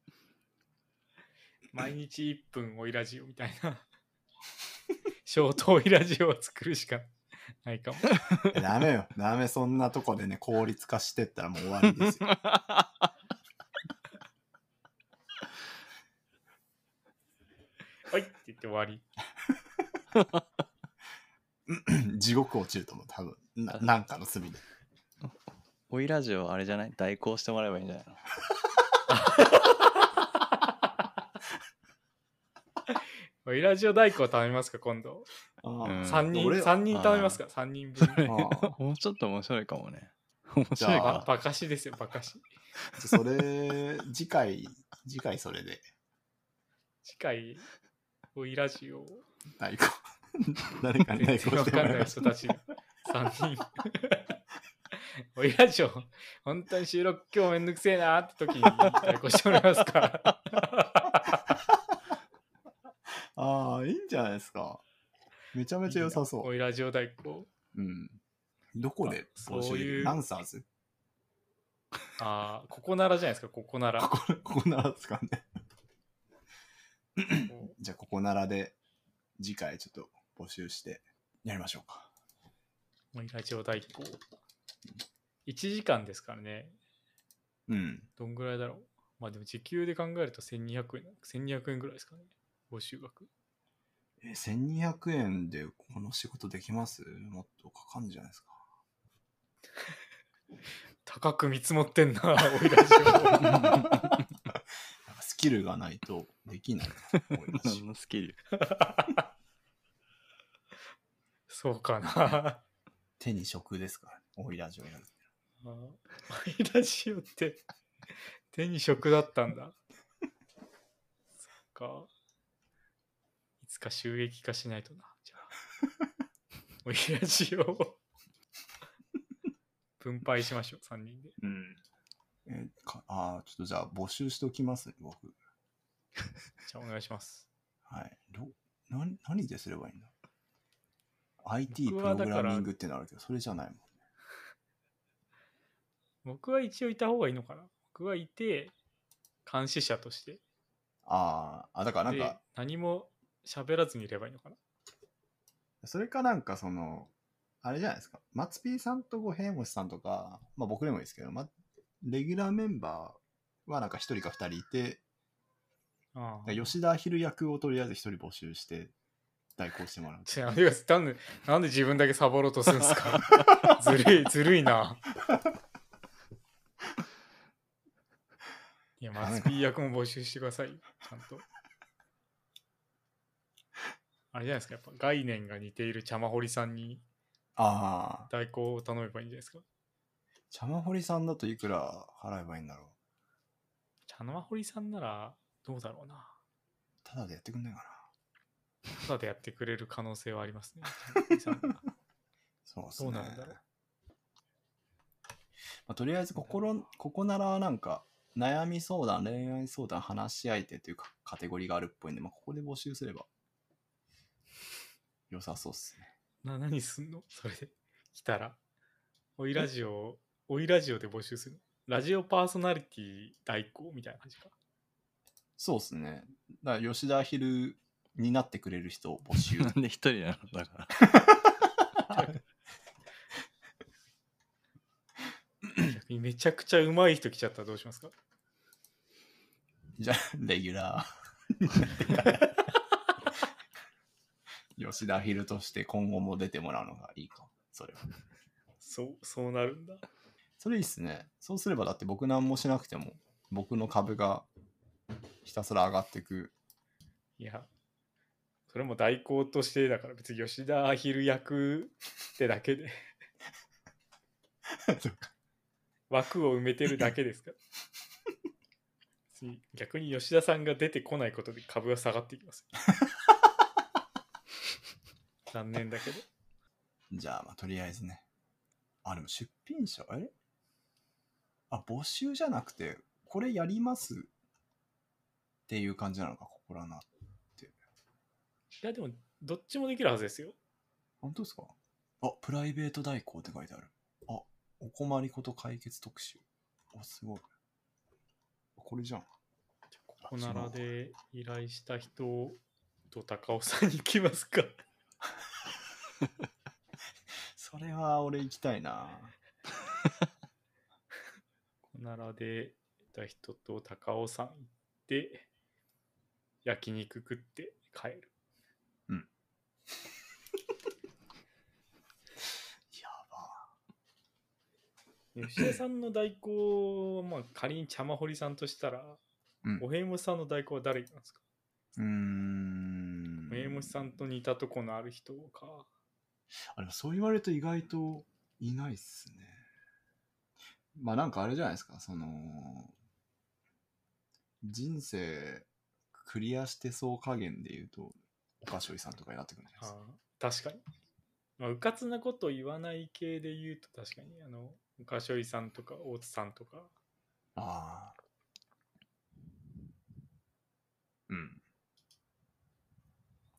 [SPEAKER 3] ね。
[SPEAKER 2] 毎日1分オイラジオみたいな ショートオイラジオを作るしかないかも
[SPEAKER 3] いや ダメよ。ダメ、そんなとこでね、効率化してったらもう終わりですよ。
[SPEAKER 2] はいって言って終わり
[SPEAKER 3] 地獄落ちると思う、多分。ななんかの罪で。
[SPEAKER 4] オイラジオあれじゃない代行してもらえばいいんじゃないの
[SPEAKER 2] オイラジオ代行頼みますか今度、
[SPEAKER 3] あ
[SPEAKER 4] うん
[SPEAKER 2] 3人
[SPEAKER 3] 俺ら
[SPEAKER 2] 三人頼みますか3人分
[SPEAKER 3] あー
[SPEAKER 4] もうちょっと面白いかもね。面
[SPEAKER 3] じゃ
[SPEAKER 4] 白い
[SPEAKER 2] バ
[SPEAKER 3] あ
[SPEAKER 4] か。
[SPEAKER 2] バカしですよバカし
[SPEAKER 3] じゃそれ、次回、次回それで、
[SPEAKER 2] 次回オイラジオ
[SPEAKER 3] 代行。 誰かに代
[SPEAKER 2] 全然
[SPEAKER 3] 行
[SPEAKER 2] わ
[SPEAKER 3] しても
[SPEAKER 2] からん
[SPEAKER 3] え
[SPEAKER 2] ない
[SPEAKER 3] ます
[SPEAKER 2] 人たちが3人 オイラジオ本当に収録今日めんどくせえなーって時に代行してもらいますから
[SPEAKER 3] ああ、いいんじゃないですか。めちゃめちゃ良さそ
[SPEAKER 2] オ
[SPEAKER 3] う。
[SPEAKER 2] イラジオ代行
[SPEAKER 3] うん。どこで募
[SPEAKER 2] そう
[SPEAKER 3] 集でき
[SPEAKER 2] い
[SPEAKER 3] る
[SPEAKER 2] う
[SPEAKER 3] ランサーズ
[SPEAKER 2] ああ、ここならじゃないですか、ここなら。
[SPEAKER 3] ここ、ここならですかね。
[SPEAKER 2] こ
[SPEAKER 3] じゃあ、ここならで、次回ちょっと募集してやりましょうか。
[SPEAKER 2] うもうラジオ代行。1時間ですからね。
[SPEAKER 3] うん。
[SPEAKER 2] どんぐらいだろう。まあでも時給で考えると1200円、1200円ぐらいですかね。募集額。
[SPEAKER 3] えー、1200円でこの仕事できますもっとかかんじゃないですか。
[SPEAKER 2] 高く見積もってんな、 オイラジ
[SPEAKER 3] なんかスキルがないとできないと思いま す
[SPEAKER 4] 何
[SPEAKER 3] し
[SPEAKER 4] のスキル
[SPEAKER 2] オ。そうかな。
[SPEAKER 3] 手に職ですから、ね、オイラジオやる。
[SPEAKER 2] オイラジオって手に職だったんだ。そっか。つか収益化しないとな。じゃあ。オイラジオを分配しましょう、3人で。
[SPEAKER 4] うん。
[SPEAKER 3] えーかああ、ちょっとじゃあ募集しておきますね、僕。
[SPEAKER 2] じゃあお願いします。
[SPEAKER 3] はい。ど何何ですればいいんだ ?IT プ
[SPEAKER 2] 僕は
[SPEAKER 3] ロ
[SPEAKER 2] だ
[SPEAKER 3] グ
[SPEAKER 2] から
[SPEAKER 3] ラミングってのあるけど、それじゃないもん。
[SPEAKER 2] 僕は一応いた方がいいのかな僕はいて、監視者として。
[SPEAKER 3] あーあ、だからなん
[SPEAKER 2] で
[SPEAKER 3] か、、
[SPEAKER 2] 何も喋らずにいればいいのかな
[SPEAKER 3] それかなんかその、あれじゃないですか。マツピーさんと五平星さんとか、まあ僕でもいいですけど、ま、レギュラーメンバーはなんか一人か二人いて、
[SPEAKER 2] ああ。
[SPEAKER 3] 吉田アヒル役をとりあえず一人募集して、代行してもらう。
[SPEAKER 2] ちょやめてくださいなんで、なんで自分だけサボろうとするんですかずるい、ずるいな。いや、マスピー役も募集してくださいよ、ちゃんと。あれじゃないですか、やっぱ概念が似ている茶間堀さんに
[SPEAKER 3] ああ、
[SPEAKER 2] 代行を頼めばいいんじゃないですか。
[SPEAKER 3] 茶間堀さんだといくら払えばいいんだろう。
[SPEAKER 2] 茶間堀さんならどうだろうな。
[SPEAKER 3] ただでやってくんないかな。
[SPEAKER 2] ただでやってくれる可能性はありますね。茶間堀さんが
[SPEAKER 3] そうですね。
[SPEAKER 2] どうなるんだろう
[SPEAKER 3] まあ、とりあえず心、ここならなんか、悩み相談、恋愛相談、話し相手というかカテゴリーがあるっぽいんで、まあ、ここで募集すれば良さそうっすね。
[SPEAKER 2] な、 何すんのそれで。来たら。おいラジオを、おいラジオで募集するの。ラジオパーソナリティ代行みたいな感じか。
[SPEAKER 3] そうっすね。だから吉田アヒルになってくれる人を 募集。
[SPEAKER 4] なんで一人なのだから。
[SPEAKER 2] 逆にめちゃくちゃうまい人来ちゃったらどうしますか
[SPEAKER 3] じゃあ、 レギュラー。吉田アヒルとして今後も出てもらうのがいいかも。それは。
[SPEAKER 2] そう、そうなるんだ。
[SPEAKER 3] それいいっすね。そうすればだって僕何もしなくても、僕の株がひたすら上がってく。
[SPEAKER 2] いや、それも代行としてだから別に吉田アヒル役ってだけで
[SPEAKER 3] そう。
[SPEAKER 2] 枠を埋めてるだけですから。別に逆に吉田さんが出てこないことで株が下がっていきますよ。残念だけど。
[SPEAKER 3] じゃあ、まあ、とりあえずね。あ、でも出品者、あれあ、募集じゃなくて、これやりますっていう感じなのか、ここらな。
[SPEAKER 2] いやでも、どっちもできるはずですよ。
[SPEAKER 3] 本当ですかあ、プライベート代行って書いてある。あ、お困りこと解決特集。お、すごい。これじゃん。
[SPEAKER 2] ここならで依頼した人を、と高尾さんに行きますか。
[SPEAKER 3] それは俺行きたいな。
[SPEAKER 2] こならでいた人と高尾山行って焼肉食って帰る
[SPEAKER 3] やば。
[SPEAKER 2] 吉田さんの代行はまあ仮に茶間堀さんとしたら
[SPEAKER 3] うん
[SPEAKER 2] おへいもさんの代行は誰なんですか
[SPEAKER 3] うーん。
[SPEAKER 2] おへいもさんと似たとこのある人か
[SPEAKER 3] あれ、そう言われると意外といないっすね。まあなんかあれじゃないですか、その、人生クリアしてそう加減で言うと、おかしょいさんとかになってくるんじゃないです
[SPEAKER 2] あ
[SPEAKER 3] か。
[SPEAKER 2] あ確かに、まあ、うかつなこと言わない系で言うと確かにあの岡しょいさんとか大津さんとか
[SPEAKER 3] ああ。うん。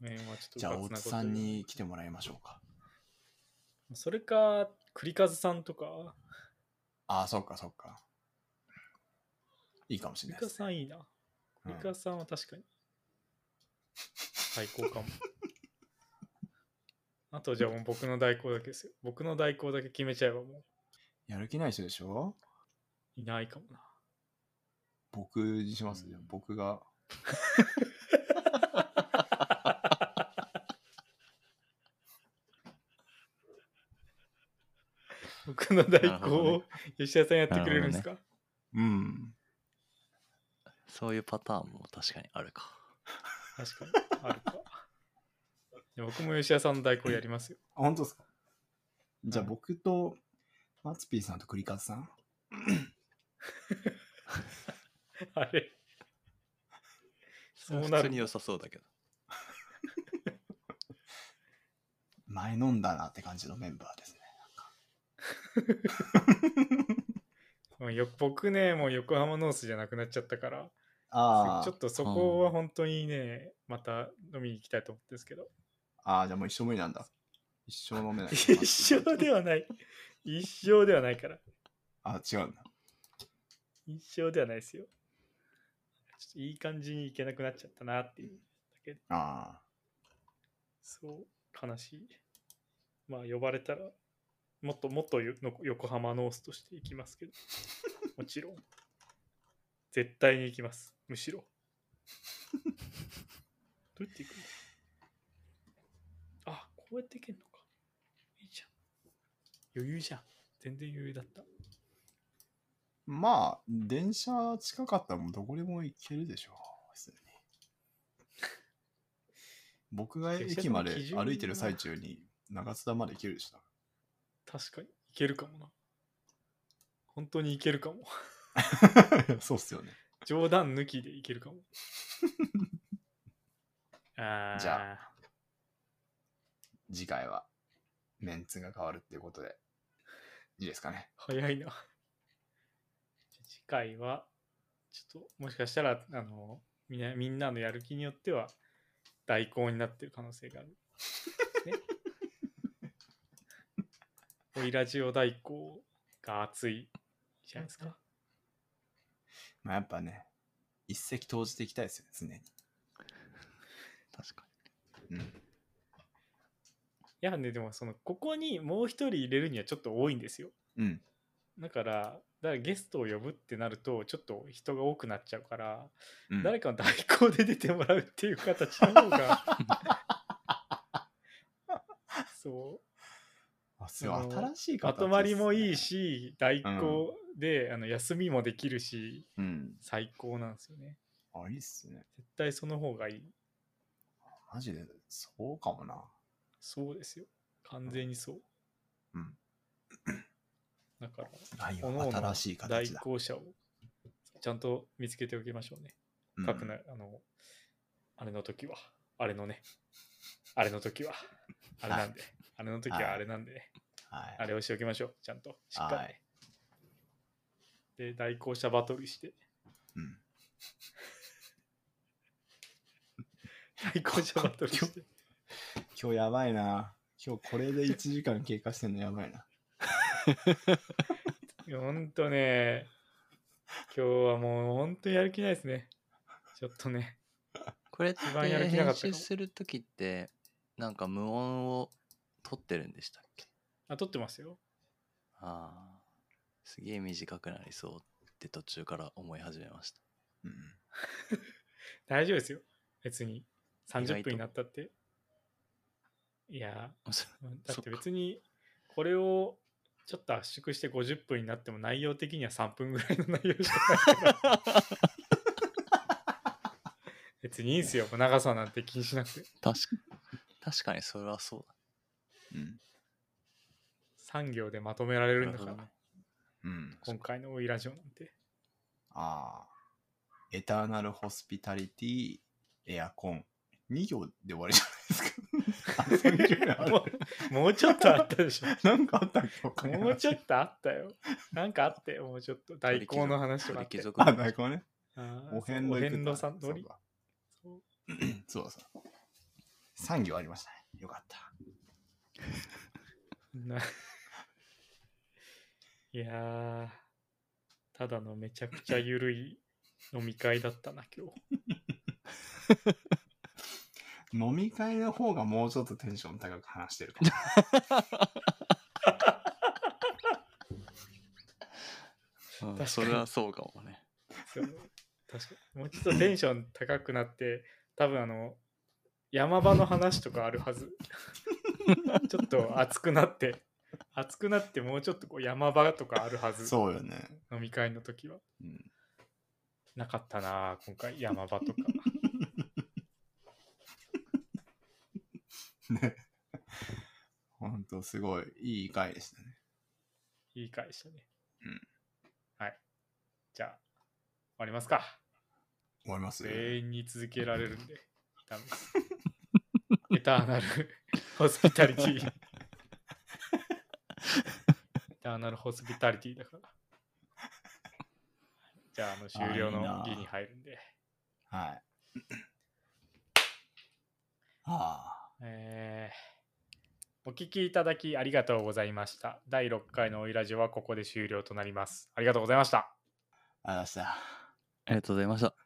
[SPEAKER 2] おへいもはちょっ
[SPEAKER 3] じゃあ、
[SPEAKER 2] と
[SPEAKER 3] 大
[SPEAKER 2] うか
[SPEAKER 3] 津
[SPEAKER 2] つな
[SPEAKER 3] さ
[SPEAKER 2] こと
[SPEAKER 3] ん
[SPEAKER 2] 言う
[SPEAKER 3] に来てもらいましょうか。
[SPEAKER 2] それか栗和さんとか
[SPEAKER 3] ああ、そっかそっか。いいかもしれ
[SPEAKER 2] 栗和
[SPEAKER 3] ないですね。
[SPEAKER 2] さんいいな
[SPEAKER 3] うん
[SPEAKER 2] ミカさんは確かに。最高かも。 あとじゃあもう僕の代行だけですよ。僕の代行だけ決めちゃえばも
[SPEAKER 3] やる気ない人でしょ
[SPEAKER 2] ういないかもな。
[SPEAKER 3] 僕にしますよ。僕が
[SPEAKER 2] 僕の代
[SPEAKER 4] なる
[SPEAKER 2] 行
[SPEAKER 4] ほど
[SPEAKER 2] を吉田さんやってくれるんですか、
[SPEAKER 3] うん。
[SPEAKER 4] そういうパターンも確かにあるか。
[SPEAKER 2] 確かに。あるか。いや僕も吉田さんの代行やりますよ。
[SPEAKER 3] あ、本当ですかじゃあ
[SPEAKER 2] はい
[SPEAKER 3] 僕と、マツピーさんとクリカズさん
[SPEAKER 2] あれ
[SPEAKER 4] それは
[SPEAKER 2] そうなる
[SPEAKER 4] 普通に良さそうだけど。
[SPEAKER 3] 前飲んだなって感じのメンバーですね。
[SPEAKER 2] もうよ僕ねもう横浜ノースじゃなくなっちゃったから
[SPEAKER 3] あ
[SPEAKER 2] ちょ
[SPEAKER 3] ー
[SPEAKER 2] っとそこは本当にねまた飲みに行きたいと思ってるんですけど
[SPEAKER 3] あー、じゃあもう一生無理なんだ。一生 飲めない。
[SPEAKER 2] 一生ではない一生ではないから
[SPEAKER 3] あ、違うんだ。
[SPEAKER 2] 一生ではないですよちょっといい感じに行けなくなっちゃったなっていうだけで
[SPEAKER 3] あ
[SPEAKER 2] そう悲しいまあ呼ばれたらもっともっとよの横浜ノースとして行きますけどもちろん絶対に行きますむしろどうやって行くのあこうやって行けんのかいいじゃん余裕じゃん全然余裕だった
[SPEAKER 3] ーまあ、電車近かったらもうどこでも行けるでしょう。普通に僕が駅まで
[SPEAKER 2] 電車の基準は
[SPEAKER 3] 歩いてる最中に長津田まで行けるでしょ。
[SPEAKER 2] 確かに行けるかもな本当に行けるかも
[SPEAKER 3] そうっすよね。
[SPEAKER 2] 冗談抜きでいけるかも。あー
[SPEAKER 3] じゃ次回はメンツが変わるっていうことで。いいですかね。
[SPEAKER 2] 早いな。じゃ次回は、ちょっと、もしかしたら、あの、みんなみんなのやる気によっては、代行になってる可能性がある。ね。おいラジオ代行が熱いじゃないですか。
[SPEAKER 3] まあやっぱね、一石投じていきたいですよね、常に。
[SPEAKER 4] 確か
[SPEAKER 3] うん。
[SPEAKER 2] いやね、でも、その、ここにもう一人入れるにはちょっと多いんですよ。
[SPEAKER 3] うん。
[SPEAKER 2] だから、だからゲストを呼ぶってなると、ちょっと人が多くなっちゃうから、
[SPEAKER 3] うん、
[SPEAKER 2] 誰かの代行で出てもらうっていう形の方 が。そ
[SPEAKER 3] あすごい
[SPEAKER 2] あの。
[SPEAKER 3] 新しいう形
[SPEAKER 2] ま
[SPEAKER 3] ですね
[SPEAKER 2] とまりもいい。し、代行で、あの休みもできるし、
[SPEAKER 3] うん。
[SPEAKER 2] 最高なんですよね。
[SPEAKER 3] あ、いいっすね。
[SPEAKER 2] 絶対その方がいい。
[SPEAKER 3] マジで、そうかもな。
[SPEAKER 2] そうですよ。完全にそう。
[SPEAKER 3] うん。
[SPEAKER 2] だから、
[SPEAKER 3] 来
[SPEAKER 2] 各々
[SPEAKER 3] は新しい
[SPEAKER 2] 代
[SPEAKER 3] 形だ。
[SPEAKER 2] 行者をちゃんと見つけておきましょうね。
[SPEAKER 3] うん
[SPEAKER 2] 書くな、あの、あれの時は、あれのね、あれの 時は、あれなんで、あれの時
[SPEAKER 3] はい
[SPEAKER 2] はあれなんでね、
[SPEAKER 3] はい。
[SPEAKER 2] あれをしておきましょう、ちゃんと、しっかり
[SPEAKER 3] は
[SPEAKER 2] ね
[SPEAKER 3] い。
[SPEAKER 2] で、代行者バトルして、
[SPEAKER 3] うん。
[SPEAKER 2] 代行者バトルして、
[SPEAKER 3] 今日やばいな。今日これで1時間経過してんのやばいな。
[SPEAKER 2] いやほんとね、今日はもうほんとやる気ないですね。ちょっとね、
[SPEAKER 4] これって
[SPEAKER 2] 番やる気なか
[SPEAKER 4] 編
[SPEAKER 2] ったかも
[SPEAKER 4] 集する時ってなんか無音を取ってるんでしたっけ
[SPEAKER 2] あ、撮ってますよ。
[SPEAKER 4] ああすげえ短くなりそうって途中から思い始めました
[SPEAKER 3] うん。
[SPEAKER 2] 大丈夫ですよ、別に。
[SPEAKER 4] 意外
[SPEAKER 2] 30
[SPEAKER 4] と
[SPEAKER 2] 分になったって。いや
[SPEAKER 4] 面白い
[SPEAKER 2] うんだ
[SPEAKER 4] そ
[SPEAKER 2] っ
[SPEAKER 4] ってか
[SPEAKER 2] 別にこれをちょっと圧縮して50分になっても内容的には3分ぐらいの内容しかないから別にいいんすよもう長さなんて気にしなくて
[SPEAKER 4] 確か確かにそれはそう
[SPEAKER 3] うん。
[SPEAKER 2] 3行でまとめられるんだか
[SPEAKER 4] な
[SPEAKER 2] ら
[SPEAKER 4] るほどね
[SPEAKER 3] うん。
[SPEAKER 2] 今回の「オイラジオ」なんて
[SPEAKER 3] ああ。エターナルホスピタリティ、エアコン。2行で終わりじゃないですか。あそういうのあ る
[SPEAKER 2] もうもうちょっとあったでしょ
[SPEAKER 3] なんかあったっけ他に
[SPEAKER 2] もうちょっとあったよなんかあってもうちょっと
[SPEAKER 4] だ
[SPEAKER 2] 代行の話とかあっ
[SPEAKER 4] 鳥
[SPEAKER 2] て
[SPEAKER 4] 貴族
[SPEAKER 3] あ、大根ね。
[SPEAKER 2] あー
[SPEAKER 3] お遍路行く
[SPEAKER 2] お遍路さん
[SPEAKER 3] そ
[SPEAKER 2] の
[SPEAKER 3] う
[SPEAKER 2] り
[SPEAKER 3] か
[SPEAKER 2] そう
[SPEAKER 3] そうだそうだ。3行ありましたね。よかった。
[SPEAKER 2] な いやー、ただのめちゃくちゃゆるい飲み会だったな、今日。
[SPEAKER 3] 飲み会の方がもうちょっとテンション高く話してる かも。
[SPEAKER 4] うん
[SPEAKER 2] 確かに
[SPEAKER 4] それはそうかもね
[SPEAKER 2] その確かにもうちょっとテンション高くなって、多分あの、山場の話とかあるはず。 ちょっと熱くなって、熱くなってもうちょっとこう山場とかあるはず、
[SPEAKER 3] そうよね。
[SPEAKER 2] 飲み会の時は。
[SPEAKER 3] うん
[SPEAKER 2] なかったな、今回、山場とか。
[SPEAKER 3] ね。ほんと、すごい、いい回でしたね。
[SPEAKER 2] いい会社ね。
[SPEAKER 3] うん。
[SPEAKER 2] はい。じゃあ、終わりますか。
[SPEAKER 3] 終わります
[SPEAKER 2] 永遠に続けられるんで、ダメです。エターナルホスピタリティ。ダーナルホスピタリティだから。じゃあ、あの終了の
[SPEAKER 5] あーいいな
[SPEAKER 2] 儀に入るんで。
[SPEAKER 5] はい。あ
[SPEAKER 2] えーお聞きいただきありがとうございました。第6回のオイラジオはここで終了となります。ありがとうございました。
[SPEAKER 5] あ、ありがとうございました。
[SPEAKER 4] ありがとうございました。